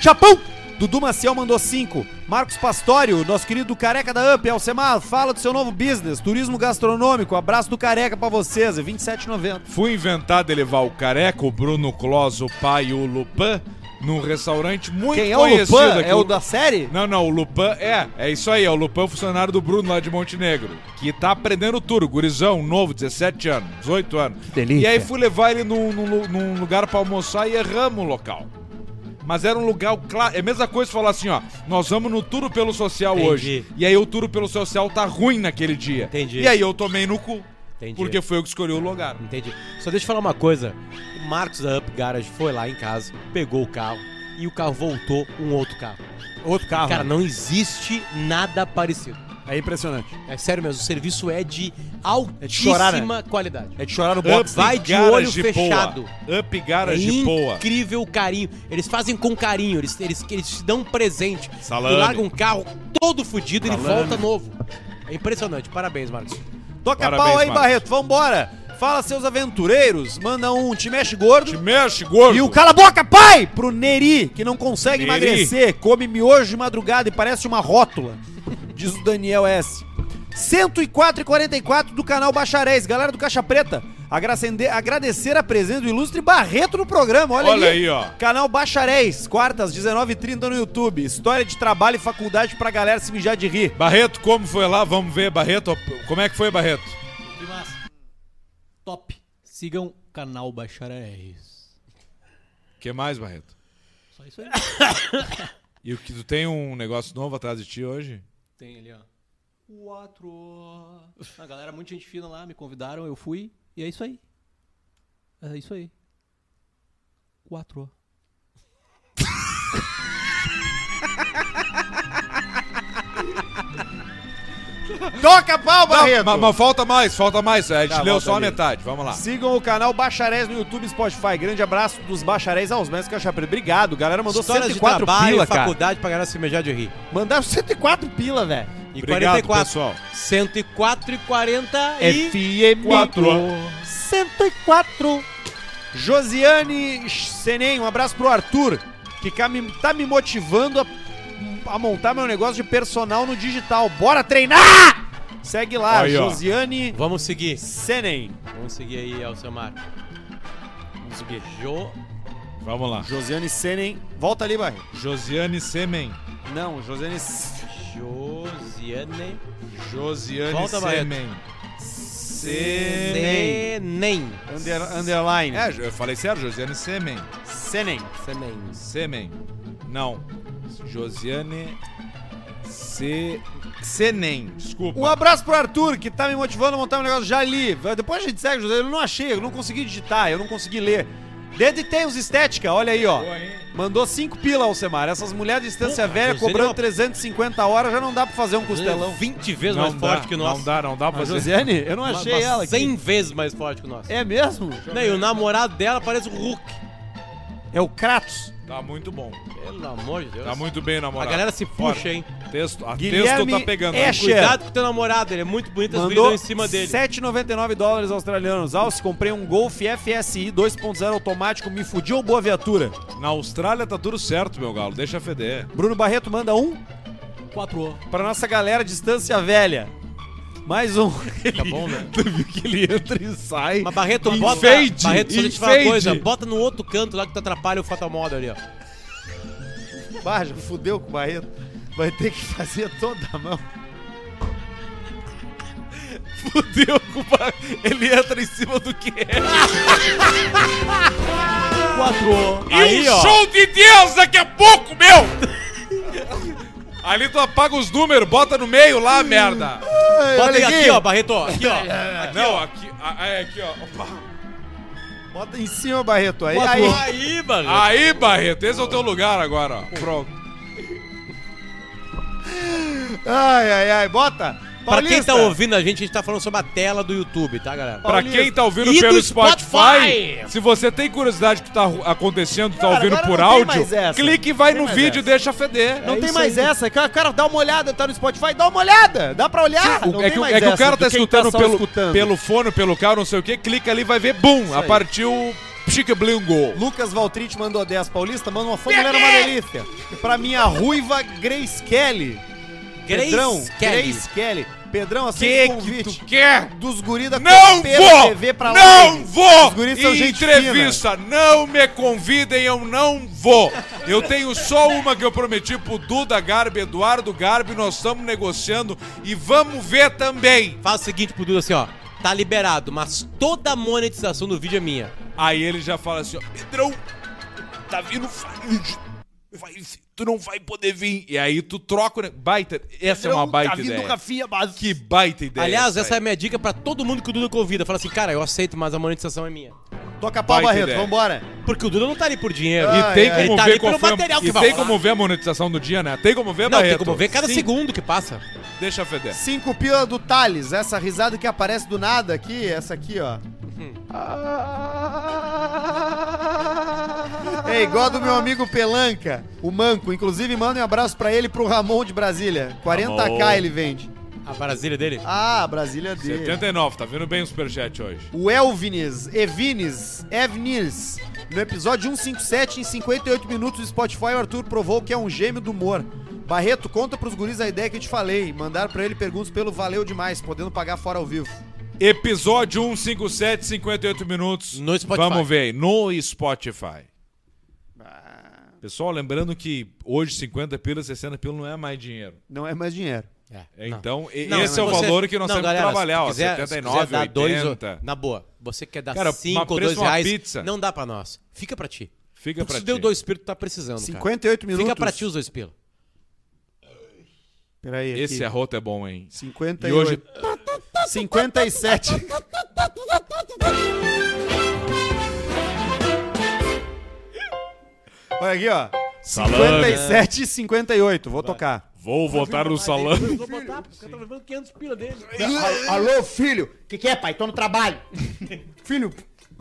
Speaker 1: Japão! Dudu Maciel mandou cinco. Marcos Pastório, nosso querido careca da UP, Alcemar, fala do seu novo business, turismo gastronômico. Abraço do careca pra vocês, é 27,90.
Speaker 2: Fui inventar de levar o Careca, o Bruno Clos, o pai e o Lupin num restaurante muito
Speaker 1: Quem é o
Speaker 2: conhecido
Speaker 1: Lupan?
Speaker 2: aqui.
Speaker 1: É o da série?
Speaker 2: Não, não, o Lupan é. É isso aí, é o Lupan funcionário do Bruno lá de Montenegro. Que tá aprendendo tudo, gurizão, novo, 17 anos, 18 anos. Que
Speaker 1: delícia.
Speaker 2: E aí fui levar ele num, num lu- num lugar pra almoçar e erramos o local. Mas era um lugar claro. É a mesma coisa falar assim, ó. Nós vamos no Turo pelo Social
Speaker 3: Entendi.
Speaker 2: hoje. E aí o Turo pelo Social tá ruim naquele dia.
Speaker 3: Entendi.
Speaker 2: E aí eu tomei no cu.
Speaker 3: Entendi.
Speaker 2: Porque foi eu que escolhi o lugar.
Speaker 3: Entendi. Só deixa eu falar uma coisa. O Marcos da Up Garage foi lá em casa, pegou o carro e o carro voltou um outro carro.
Speaker 1: Outro carro. né?
Speaker 3: Cara, não existe nada parecido.
Speaker 1: É impressionante.
Speaker 3: É sério mesmo, o serviço é de
Speaker 1: de chorar,
Speaker 3: altíssima qualidade.
Speaker 1: É de chorar no
Speaker 2: Up
Speaker 1: box.
Speaker 3: Vai de
Speaker 2: Garage
Speaker 3: olho
Speaker 2: Poa.
Speaker 3: fechado.
Speaker 2: Up
Speaker 3: É
Speaker 2: Garage Poa.
Speaker 3: incrível o carinho. Eles fazem com carinho, eles, eles, eles te dão um presente.
Speaker 2: Salame.
Speaker 3: Tu larga um carro todo fudido e ele volta novo. É impressionante. Parabéns, Marcos.
Speaker 1: Toca
Speaker 2: Parabéns,
Speaker 1: pau aí,
Speaker 2: Marcos.
Speaker 1: Barreto, vambora. Fala, seus aventureiros. Manda um, te mexe gordo.
Speaker 2: Te mexe, gordo.
Speaker 1: E o cala a boca, pai! Pro Neri, que não consegue
Speaker 2: Neri.
Speaker 1: emagrecer, come miojo de madrugada e parece uma rótula. Diz o Daniel S. 104,44 do canal Bacharéis. Galera do Caixa Preta, agracende- agradecer a presença do ilustre Barreto no programa. Olha,
Speaker 2: Olha
Speaker 1: ali.
Speaker 2: aí, ó.
Speaker 1: Canal Bacharéis, quartas, 19h30 no YouTube. História de trabalho e faculdade pra galera se mijar de rir.
Speaker 2: Barreto, como foi lá? Vamos ver, Barreto. Como é que foi, Barreto?
Speaker 9: Top. Sigam o canal Bacharéis.
Speaker 2: O que mais, Barreto?
Speaker 9: Só isso aí. [COUGHS]
Speaker 2: E o que tu tem um negócio novo atrás de ti hoje?
Speaker 9: Tem ali, ó. Quatro. A galera, muita gente fina lá, me convidaram, eu fui. E é isso aí. É isso aí. Quatro.
Speaker 1: Toca pau, Barreto!
Speaker 2: Mas, mas falta mais, falta mais. É, A gente
Speaker 1: Tá,
Speaker 2: leu
Speaker 1: volta
Speaker 2: só a
Speaker 1: ali.
Speaker 2: metade. Vamos lá.
Speaker 1: Sigam o canal Bacharéis no YouTube e Spotify. Grande abraço dos Bacharéis aos mestres Caixa Preta. Obrigado, galera. Mandou
Speaker 3: Histórias de
Speaker 1: 104
Speaker 3: trabalho,
Speaker 1: pila, cara.
Speaker 3: faculdade pra galera se mijar de rir.
Speaker 1: Mandaram 104 pila, velho.
Speaker 3: E
Speaker 2: Obrigado,
Speaker 3: 44.
Speaker 2: pessoal.
Speaker 3: 104 e 40
Speaker 1: É
Speaker 3: e...
Speaker 1: FM
Speaker 2: Quatro.
Speaker 1: 104. Josiane Senem, um abraço pro Arthur, que ca- me- tá me motivando a, a montar meu negócio de personal no digital. Bora treinar! Segue lá,
Speaker 2: Aí, ó.
Speaker 1: Josiane
Speaker 3: Vamos seguir.
Speaker 1: Senem.
Speaker 3: Vamos seguir aí, Alcemar. Vamos seguir. Jo...
Speaker 2: Vamos lá.
Speaker 1: Josiane Senem. Volta ali, Barreto.
Speaker 2: Josiane Semen.
Speaker 1: Não, Josiane S-
Speaker 3: Josiane
Speaker 2: Josiane
Speaker 3: Volta, Barreto.
Speaker 2: Semen. Semen.
Speaker 3: Zenem.
Speaker 1: Under, underline.
Speaker 2: É, eu falei certo, Josiane Semen.
Speaker 1: Senem.
Speaker 3: Zenem.
Speaker 2: Semen. Não. Josiane Se... Senem. Desculpa.
Speaker 1: Um abraço pro Arthur, que tá me motivando a montar um negócio. Já li. Depois a gente segue, José. Eu não achei, eu não consegui digitar, eu não consegui ler. Desde tem os estética, olha aí, ó.
Speaker 2: Boa, hein?
Speaker 1: Mandou 5 pila, Alcemar. Essas mulheres de distância
Speaker 3: Pô,
Speaker 1: velha
Speaker 3: mas ele é
Speaker 1: cobrando
Speaker 3: uma-
Speaker 1: 350 horas, já não dá pra fazer um costelão.
Speaker 3: 20 vezes
Speaker 2: Não
Speaker 3: mais
Speaker 2: dá,
Speaker 3: forte que o nosso.
Speaker 2: Não dá, não dá
Speaker 3: é
Speaker 2: pra
Speaker 1: A
Speaker 2: fazer.
Speaker 1: Josiane, eu não
Speaker 3: Mas-
Speaker 1: achei
Speaker 3: mas
Speaker 1: ela aqui.
Speaker 3: 100 vezes mais forte que o nosso.
Speaker 1: É mesmo?
Speaker 3: Não, e o namorado dela parece o Hulk.
Speaker 1: É o Kratos.
Speaker 2: Tá muito bom.
Speaker 3: Pelo amor de Deus.
Speaker 2: Tá muito bem,
Speaker 3: A
Speaker 2: namorado.
Speaker 3: galera se
Speaker 2: Fora.
Speaker 3: puxa, hein?
Speaker 2: Texto, a
Speaker 1: Guilherme
Speaker 2: texto tá pegando.
Speaker 1: Esch.
Speaker 3: Cuidado com o teu namorado, ele é muito bonito, as gurias
Speaker 1: Mandou
Speaker 3: dão em cima dele.
Speaker 1: 7,99 dólares australianos. Alce, comprei um Golf FSI 2.0 automático, me fudiu boa viatura.
Speaker 2: Na Austrália tá tudo certo, meu galo. Deixa feder.
Speaker 1: Bruno Barreto manda um
Speaker 10: 4
Speaker 1: pra nossa galera distância velha. Mais um. [LAUGHS]
Speaker 3: Tá bom, né?
Speaker 1: tu viu que ele entra e sai.
Speaker 3: Mas Barreto, bota.
Speaker 2: Enfeite,
Speaker 3: Barreto, só deixa eu te falar uma
Speaker 2: enfeite.
Speaker 3: coisa. Bota no outro canto lá que tu atrapalha o Fotomoda ali, ó.
Speaker 1: Barja, fudeu com o Barreto. Vai ter que fazer toda a mão.
Speaker 2: Fudeu, compadre. Ele entra [LAUGHS] em cima do que é.
Speaker 1: Aí,
Speaker 2: e um
Speaker 1: ó.
Speaker 2: show de Deus daqui a pouco, meu! [LAUGHS] Ali tu apaga os números, bota no meio lá, merda.
Speaker 3: Bota ele aqui, ó, Barreto. Aqui, ó.
Speaker 2: É, Não, aqui, a- é aqui, ó.
Speaker 1: Bota em cima, Barreto. Aí, aí.
Speaker 3: Aí, Barreto.
Speaker 2: Aí, Barreto, esse é o teu lugar agora, ó. Pronto.
Speaker 1: Ai, ai, ai. Bota.
Speaker 3: Pra quem
Speaker 1: Paulista.
Speaker 3: tá ouvindo a gente, a gente tá falando sobre a tela do YouTube, tá, galera?
Speaker 2: Pra quem tá ouvindo
Speaker 3: E
Speaker 2: pelo
Speaker 3: do
Speaker 2: Spotify,
Speaker 3: Spotify.
Speaker 2: se você tem curiosidade do que tá ru- acontecendo, tá ouvindo
Speaker 1: agora não
Speaker 2: por
Speaker 1: tem
Speaker 2: áudio,
Speaker 1: mais essa.
Speaker 2: clique e vai no
Speaker 1: mais
Speaker 2: vídeo e deixa feder.
Speaker 3: É.
Speaker 1: Não tem mais essa. Cara, cara, dá uma olhada. Tá no Spotify, dá uma olhada. Dá pra olhar.
Speaker 2: O-
Speaker 1: Ah, não
Speaker 2: é
Speaker 1: tem
Speaker 2: que, o-
Speaker 1: mais
Speaker 2: é que o
Speaker 1: essa
Speaker 2: cara
Speaker 1: de
Speaker 2: tá
Speaker 1: quem
Speaker 2: escutando,
Speaker 1: só
Speaker 2: pelo,
Speaker 1: escutando.
Speaker 2: pelo fone, pelo carro, não sei o que, clica ali vai ver, bum, a partir o um Blingo.
Speaker 1: Lucas Valtrite mandou 10 paulista, manda uma fã, mulher é uma delícia. Pra minha ruiva Grace Kelly.
Speaker 3: Grace
Speaker 1: Pedrão,
Speaker 3: Kelly.
Speaker 1: Grace Kelly. Pedrão,
Speaker 2: Que
Speaker 1: aceita o
Speaker 2: que
Speaker 1: convite
Speaker 2: tu quer?
Speaker 1: dos guris da
Speaker 2: Não
Speaker 1: Copeira
Speaker 2: vou!
Speaker 1: TV pra
Speaker 2: não
Speaker 1: live.
Speaker 2: vou!
Speaker 1: Os guris são gente
Speaker 2: Entrevista, não me convidem, eu não vou. Eu tenho só uma que eu prometi pro Duda Garbi, Eduardo Garbi, nós estamos negociando e vamos ver também.
Speaker 3: Faz o seguinte pro Duda assim, ó. Tá liberado, mas toda a monetização do vídeo é minha.
Speaker 2: Aí ele já fala assim, ó, Pedrão, tá vindo faringe. Vai, tu não vai poder vir. E aí tu troca o ne- Baita, essa é uma baita ideia. Que baita ideia.
Speaker 3: Aliás, essa é a
Speaker 2: aí.
Speaker 3: minha dica pra todo mundo que o Duda convida. Fala assim, cara, eu aceito, mas a monetização é minha.
Speaker 1: Toca pau,
Speaker 2: Baita
Speaker 1: Barreto,
Speaker 2: ideia.
Speaker 1: vambora.
Speaker 3: Porque o Duda não tá ali por dinheiro.
Speaker 1: Ah,
Speaker 2: E tem
Speaker 1: é.
Speaker 2: como
Speaker 3: Ele tá
Speaker 2: ver
Speaker 3: ali
Speaker 2: qual
Speaker 3: pelo
Speaker 2: foi a-
Speaker 3: material que
Speaker 2: e
Speaker 3: vai
Speaker 2: tem
Speaker 3: rolar.
Speaker 2: como ver a monetização do dia, né? Tem como ver,
Speaker 3: Não,
Speaker 2: Barreto?
Speaker 3: tem como ver cada
Speaker 2: Sim.
Speaker 3: segundo que passa.
Speaker 2: Deixa feder.
Speaker 1: 5 pila do Thales, essa risada que aparece do nada aqui, essa aqui,
Speaker 2: [LAUGHS]
Speaker 1: ó. É igual a do meu amigo Pelanca, o Manco. Inclusive, manda um abraço pra ele e pro Ramon de Brasília. 40k
Speaker 2: Ramon.
Speaker 1: ele vende.
Speaker 3: A Brasília dele.
Speaker 1: Ah, Brasília é dele.
Speaker 2: 79, tá vendo bem o superchat hoje.
Speaker 1: O Elvines, Evines, Evnis. No episódio 157, em 58 minutos, o Spotify, o Arthur provou que é um gêmeo do humor. Barreto, conta pros guris a ideia que eu te falei. Mandaram pra ele perguntas pelo Valeu Demais, podendo pagar fora ao vivo.
Speaker 2: Episódio 157, 58 minutos.
Speaker 3: No Spotify.
Speaker 2: Vamos ver aí, no Spotify. Pessoal, lembrando que hoje 50 pila, 60 pila não é mais dinheiro.
Speaker 1: Não é mais dinheiro.
Speaker 2: Então, e-
Speaker 3: Não,
Speaker 2: esse é o
Speaker 3: você-
Speaker 2: valor que nós
Speaker 3: não,
Speaker 2: temos
Speaker 3: galera,
Speaker 2: que trabalhar,
Speaker 3: se
Speaker 2: ó.
Speaker 3: tu quiser- se
Speaker 2: 79,
Speaker 3: quiser dar
Speaker 2: 80.
Speaker 3: dois, ó, na boa, você quer dar
Speaker 2: Cara,
Speaker 3: 5 ou
Speaker 2: mas
Speaker 3: 2
Speaker 2: preço de uma
Speaker 3: reais,
Speaker 2: pizza.
Speaker 3: não dá pra nós. Fica pra ti.
Speaker 2: Fica
Speaker 3: Porque
Speaker 2: pra
Speaker 3: se deu
Speaker 2: ti.
Speaker 3: dois pila, tu tá precisando,
Speaker 1: 58
Speaker 3: cara.
Speaker 1: minutos.
Speaker 3: Fica pra ti os dois pila.
Speaker 1: Peraí, aqui.
Speaker 2: Esse arroto é bom, hein?
Speaker 1: 58.
Speaker 2: E hoje-
Speaker 1: 57. Olha aqui, ó. 57 e 58. Vou tocar.
Speaker 2: Vou votar no salame.
Speaker 3: Vou botar, porque eu tô levando 500 pila dele.
Speaker 7: Alô, filho. O que, que é, pai? Tô no trabalho. [LAUGHS] filho,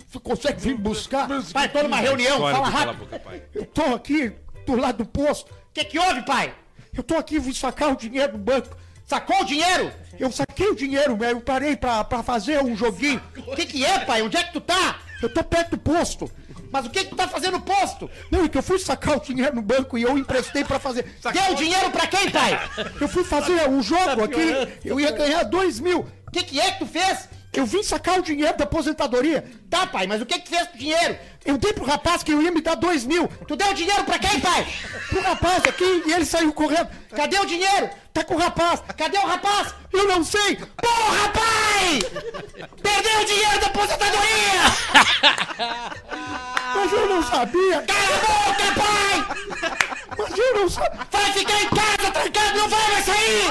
Speaker 7: você consegue vir me buscar? Pai, tô numa reunião.
Speaker 2: Olha,
Speaker 7: Fala
Speaker 2: tu cala a
Speaker 7: rápido.
Speaker 2: boca, pai.
Speaker 7: Eu tô aqui do lado do posto. O que, que houve, pai? Eu tô aqui, vim sacar o dinheiro do banco. Sacou o dinheiro? Eu saquei o dinheiro, meu. Eu parei pra, pra fazer um joguinho. O que, que é, pai? Onde é que tu tá? Eu tô perto do posto. Mas o que, que tu tá fazendo no posto? Não, é que eu fui sacar o dinheiro no banco e eu emprestei pra fazer. Deu dinheiro pra quem, pai? Eu fui fazer um jogo aqui. Eu ia ganhar dois mil. O que, que é que tu fez? Eu vim sacar o dinheiro da aposentadoria. Tá, pai, mas o que que fez com o dinheiro? Eu dei pro rapaz que eu ia me dar dois mil. Tu deu o dinheiro pra quem, pai? Pro rapaz aqui e ele saiu correndo. Cadê o dinheiro? Tá com o rapaz. Cadê o rapaz? Eu não sei. Porra, pai! Perdeu o dinheiro da aposentadoria! Mas eu não sabia. Cala a boca, pai! Mas eu não sabia. Vai ficar em casa trancado, não vai mais sair!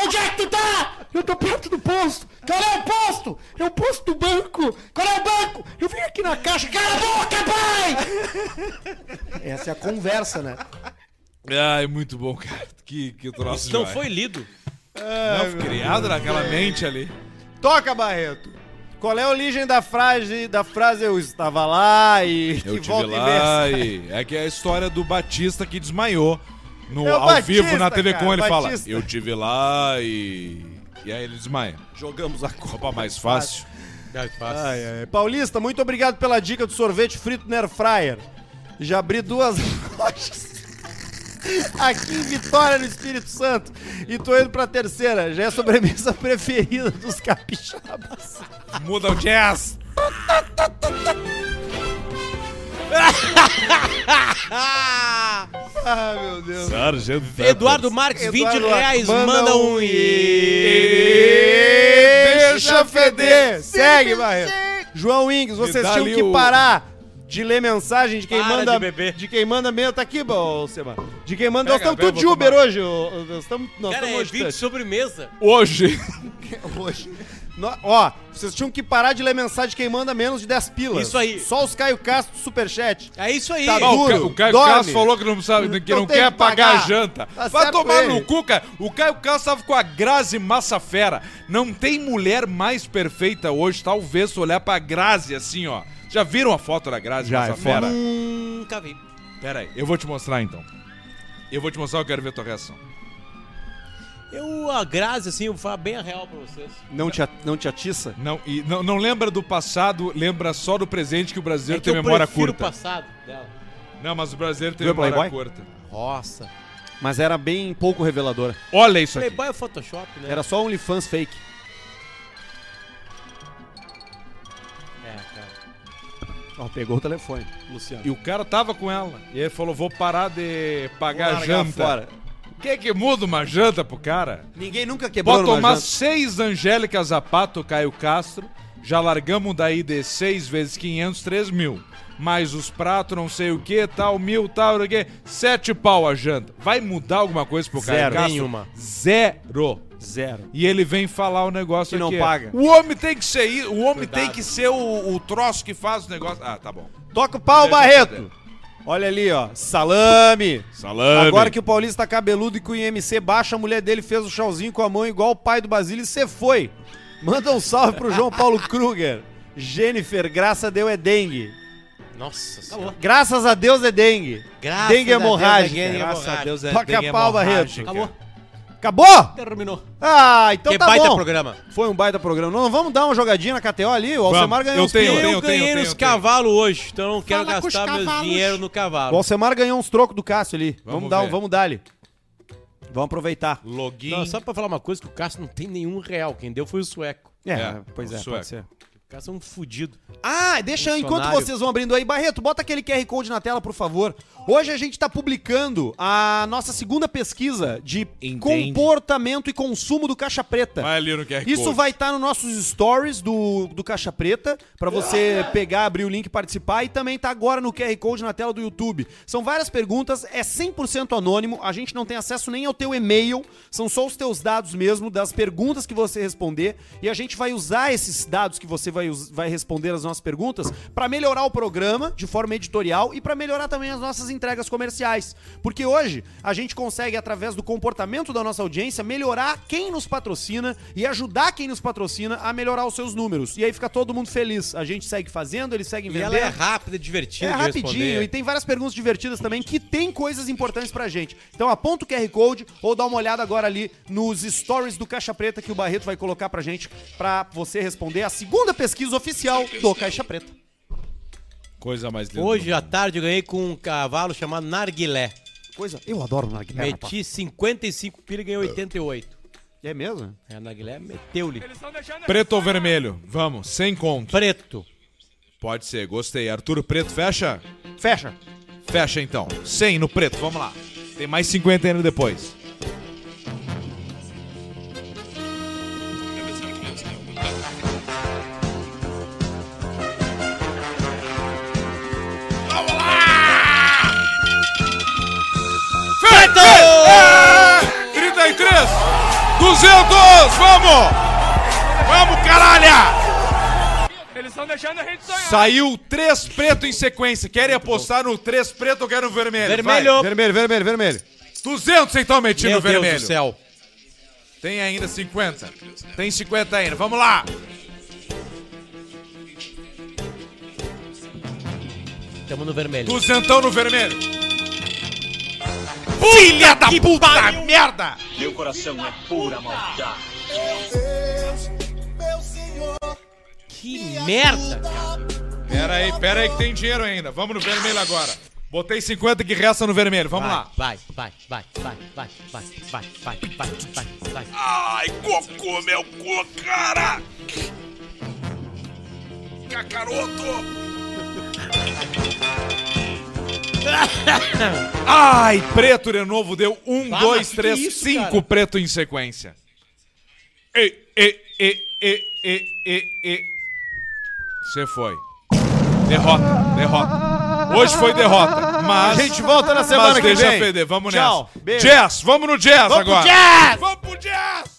Speaker 7: Onde é que tu tá? Eu tô perto do posto. Qual é o posto? É o posto do banco. Qual é o banco? Eu vim aqui na caixa. Cala a boca, pai! Essa é a conversa, né?
Speaker 2: Ai, muito bom, cara. Que, que troço
Speaker 3: Não
Speaker 2: joia.
Speaker 3: foi lido.
Speaker 2: Não, criado naquela mente ali.
Speaker 1: Toca, Barreto. Qual é a origem da frase, da frase eu estava lá e
Speaker 2: Eu
Speaker 1: que
Speaker 2: tive
Speaker 1: volta e meia?
Speaker 2: lá e... É que é a história do Batista que desmaiou no,
Speaker 1: É o
Speaker 2: ao
Speaker 1: Batista,
Speaker 2: vivo na TV com
Speaker 1: cara,
Speaker 2: ele
Speaker 1: Batista.
Speaker 2: fala, eu tive lá e... E aí ele desmaia.
Speaker 1: Jogamos a Copa.
Speaker 2: Copa mais é fácil.
Speaker 1: Ai, ai. É, Paulista, muito obrigado pela dica do sorvete frito no Air Fryer. Já abri duas [LAUGHS] lojas aqui em Vitória, no Espírito Santo. E tô indo pra terceira. Já é a sobremesa [LAUGHS] preferida dos capixabas.
Speaker 2: Muda o jazz.
Speaker 1: Ah, meu Deus.
Speaker 2: Sargento
Speaker 3: Eduardo Marques, 20
Speaker 1: é Eduardo,
Speaker 3: reais, manda, um
Speaker 1: e-
Speaker 3: e...
Speaker 1: Deixa feder. Segue, Barreto. João Wings, vocês
Speaker 2: dá
Speaker 1: tinham
Speaker 2: ali
Speaker 1: que
Speaker 2: o-
Speaker 1: parar de ler mensagem de quem
Speaker 3: Para
Speaker 1: manda.
Speaker 3: de beber.
Speaker 1: de quem manda mesmo. Tá aqui, ô, Seba. De quem manda.
Speaker 2: Pega,
Speaker 1: nós estamos
Speaker 2: pega,
Speaker 1: tudo de
Speaker 2: vou
Speaker 1: Uber
Speaker 2: tomar.
Speaker 1: hoje. ô, ô, Nós estamos nós
Speaker 3: Cara,
Speaker 1: tamo
Speaker 3: é
Speaker 1: hoje tá?
Speaker 3: 20 sobremesa.
Speaker 2: Hoje.
Speaker 1: [LAUGHS] hoje. No- ó, vocês tinham que parar de ler mensagem de quem manda menos de 10 pilas.
Speaker 3: Isso aí.
Speaker 1: Só os Caio Castro Superchat.
Speaker 3: É isso aí.
Speaker 1: Tá
Speaker 2: Ah, o,
Speaker 1: duro,
Speaker 2: Ca o Caio
Speaker 1: dorme.
Speaker 2: Castro falou que não, sabe, que
Speaker 1: Não
Speaker 2: não
Speaker 1: tem
Speaker 2: quer
Speaker 1: que
Speaker 2: pagar a
Speaker 1: pagar.
Speaker 2: janta.
Speaker 1: Tá
Speaker 2: Vai
Speaker 1: certo
Speaker 2: tomar
Speaker 1: ele.
Speaker 2: no cu, cara. O Caio Castro tava com a Grazi Massafera. Não tem mulher mais perfeita hoje, talvez, se olhar pra Grazi assim, ó. Já viram a foto da Grazi
Speaker 1: é
Speaker 2: Massafera?
Speaker 3: Nunca vi.
Speaker 2: Pera aí, eu vou te mostrar então. Eu vou te mostrar, eu quero ver a tua reação.
Speaker 3: Eu, a Grazi, assim, eu vou falar bem a real pra vocês.
Speaker 1: Não te, a- não te atiça?
Speaker 2: Não, e não, não lembra do passado, lembra só do presente que
Speaker 1: É
Speaker 2: o brasileiro
Speaker 3: É que
Speaker 2: tem memória
Speaker 3: prefiro
Speaker 2: curta.
Speaker 3: o passado dela.
Speaker 2: Não, mas o brasileiro tem
Speaker 1: Viu,
Speaker 2: memória
Speaker 1: Playboy?
Speaker 2: curta.
Speaker 3: Nossa.
Speaker 1: Mas era bem pouco reveladora.
Speaker 2: Olha isso aqui.
Speaker 3: Playboy é Photoshop, né?
Speaker 1: Era só OnlyFans fake.
Speaker 3: É, cara.
Speaker 1: Ó, pegou o telefone.
Speaker 2: E o cara tava com ela. E ele falou: vou parar de pagar
Speaker 1: Vou largar
Speaker 2: janta.
Speaker 1: fora.
Speaker 2: Quem é que muda uma janta pro cara?
Speaker 1: Ninguém nunca quebrou
Speaker 2: Bota
Speaker 1: numa
Speaker 2: umas
Speaker 1: janta.
Speaker 2: seis Angélica Zapato, Caio Castro. Já largamos daí de seis vezes 500, três mil. Mais os pratos, não sei o que, tal, mil, tal, não sei o que. Sete pau a janta. Vai mudar alguma coisa pro Caio
Speaker 1: Zero.
Speaker 2: Castro?
Speaker 3: Nenhuma.
Speaker 2: Zero.
Speaker 1: Zero.
Speaker 2: E ele vem falar o negócio
Speaker 1: Que não
Speaker 2: aqui.
Speaker 1: paga.
Speaker 2: O homem tem que ser i- o homem tem que ser o, o troço que faz o negócio. Ah, tá bom.
Speaker 1: Toca o pau,
Speaker 2: Deixa eu
Speaker 1: Barreto. Olha ali, ó. Salame.
Speaker 2: Salame.
Speaker 1: Agora que o Paulista tá cabeludo e que o IMC baixa, a mulher dele fez o chauzinho com a mão igual o pai do Basílio e você foi. Manda um salve pro João Paulo Kruger. Jennifer, graça a Deus é dengue.
Speaker 3: Nossa senhora.
Speaker 1: Graças a Deus é dengue.
Speaker 3: Graças
Speaker 1: dengue
Speaker 3: a Deus é
Speaker 1: hemorrágica.
Speaker 3: dengue
Speaker 1: Graças a
Speaker 3: hemorrágica.
Speaker 1: Deus
Speaker 2: é
Speaker 1: Toca
Speaker 2: dengue
Speaker 1: a pau, Barreto.
Speaker 2: hemorrágica.
Speaker 1: Acabou?
Speaker 3: Terminou.
Speaker 1: Ah, então
Speaker 3: que
Speaker 1: tá
Speaker 3: baita
Speaker 1: bom.
Speaker 3: programa.
Speaker 1: Foi um baita programa. Não, vamos dar uma jogadinha na KTO ali? O Alcemar ganhou
Speaker 2: Eu
Speaker 1: uns
Speaker 2: tenho,
Speaker 1: pila.
Speaker 2: eu tenho,
Speaker 3: eu ganhei
Speaker 2: tenho,
Speaker 3: nos
Speaker 2: tenho.
Speaker 3: cavalos hoje, então eu não quero
Speaker 7: Fala com os
Speaker 3: gastar meu
Speaker 7: cavalos.
Speaker 3: dinheiro no
Speaker 1: O
Speaker 3: cavalo.
Speaker 1: Alcemar ganhou uns trocos do Cássio ali. Vamos,
Speaker 2: Vamos
Speaker 1: dar,
Speaker 2: ver.
Speaker 1: vamos dar ali. Vamos aproveitar.
Speaker 2: Login.
Speaker 3: Não, só pra falar uma coisa, que o Cássio não tem nenhum real. Quem deu foi o sueco.
Speaker 1: É,
Speaker 2: É,
Speaker 1: pois é, pode
Speaker 2: o sueco.
Speaker 1: ser.
Speaker 3: O Cássio é um fudido.
Speaker 1: Ah, deixa enquanto
Speaker 3: Funcionário.
Speaker 1: vocês vão abrindo aí, Barreto, bota aquele QR Code na tela, por favor. Hoje a gente tá publicando a nossa segunda pesquisa de
Speaker 2: Entende.
Speaker 1: comportamento e consumo do Caixa Preta.
Speaker 2: Vai ali no QR
Speaker 1: Isso
Speaker 2: Code.
Speaker 1: vai estar nos nossos stories do, do Caixa Preta, pra você pegar, abrir o link e participar. E também tá agora no QR Code na tela do YouTube. São várias perguntas, é 100% anônimo, a gente não tem acesso nem ao teu e-mail, são só os teus dados mesmo, das perguntas que você responder. E a gente vai usar esses dados que você vai, us- vai responder as nossas perguntas pra melhorar o programa de forma editorial e pra melhorar também as nossas entregas comerciais. Porque hoje a gente consegue, através do comportamento da nossa audiência, melhorar quem nos patrocina e ajudar quem nos patrocina a melhorar os seus números. E aí fica todo mundo feliz. A gente segue fazendo, eles seguem
Speaker 3: E
Speaker 1: vendendo.
Speaker 3: ela é rápida, divertida
Speaker 1: É
Speaker 3: de
Speaker 1: rapidinho
Speaker 3: responder.
Speaker 1: e tem várias perguntas divertidas também que tem coisas importantes pra gente. Então aponta o QR Code ou dá uma olhada agora ali nos stories do Caixa Preta que o Barreto vai colocar pra gente pra você responder a segunda pesquisa oficial do Caixa Preta.
Speaker 2: Coisa mais linda.
Speaker 3: Hoje à tarde eu ganhei com um cavalo chamado Narguilé.
Speaker 1: Coisa, eu adoro o Narguilé. É, rapaz.
Speaker 3: Meti 55 pila e ganhei 88.
Speaker 6: É mesmo?
Speaker 3: A Ana Guilherme meteu-lhe.
Speaker 2: é Preto ou vermelho? Vamos, sem conto.
Speaker 3: Preto.
Speaker 2: Pode ser, gostei. Arthur Preto, fecha?
Speaker 6: Fecha.
Speaker 2: Fecha então. 100 no preto, vamos lá. Tem mais 50 ainda depois. Vamos lá! Feito! 33! 200! Vamos! Vamos, caralho! Saiu três preto em sequência. Querem apostar no três preto ou querem no vermelho?
Speaker 3: Vermelho.
Speaker 6: Vermelho, vermelho, vermelho.
Speaker 2: 200 então metido
Speaker 3: Meu
Speaker 2: no vermelho.
Speaker 3: Deus do céu.
Speaker 2: Tem ainda 50. Tem 50 ainda. Vamos lá.
Speaker 3: Tamo no vermelho.
Speaker 2: Duzentão no vermelho. Filha da puta merda!
Speaker 3: Que merda. cara.
Speaker 2: Pera aí, pera aí que tem dinheiro ainda. Vamos no vermelho agora. Botei 50 que resta no vermelho. Vamos lá.
Speaker 3: Vai, vai, vai, vai, vai, vai, vai, vai, vai, vai, vai.
Speaker 2: Ai, cocô, meu cu, cara! Cacaroto!
Speaker 3: [LAUGHS]
Speaker 2: Ai, preto de novo deu um,
Speaker 3: Bah,
Speaker 2: dois,
Speaker 3: mas que
Speaker 2: três,
Speaker 3: que é isso,
Speaker 2: cinco
Speaker 3: cara?
Speaker 2: preto em sequência. E, e, e, e, e, e, e. Você foi. Derrota, derrota. Hoje foi derrota, mas.
Speaker 6: A gente volta na semana
Speaker 2: mas
Speaker 6: que
Speaker 2: deixa
Speaker 6: vem.
Speaker 2: feder, vamos
Speaker 6: Tchau,
Speaker 2: nessa.
Speaker 6: beijo.
Speaker 2: Jazz, vamos no jazz
Speaker 6: Vamos pro
Speaker 2: agora.
Speaker 6: jazz!
Speaker 2: Vamos pro jazz!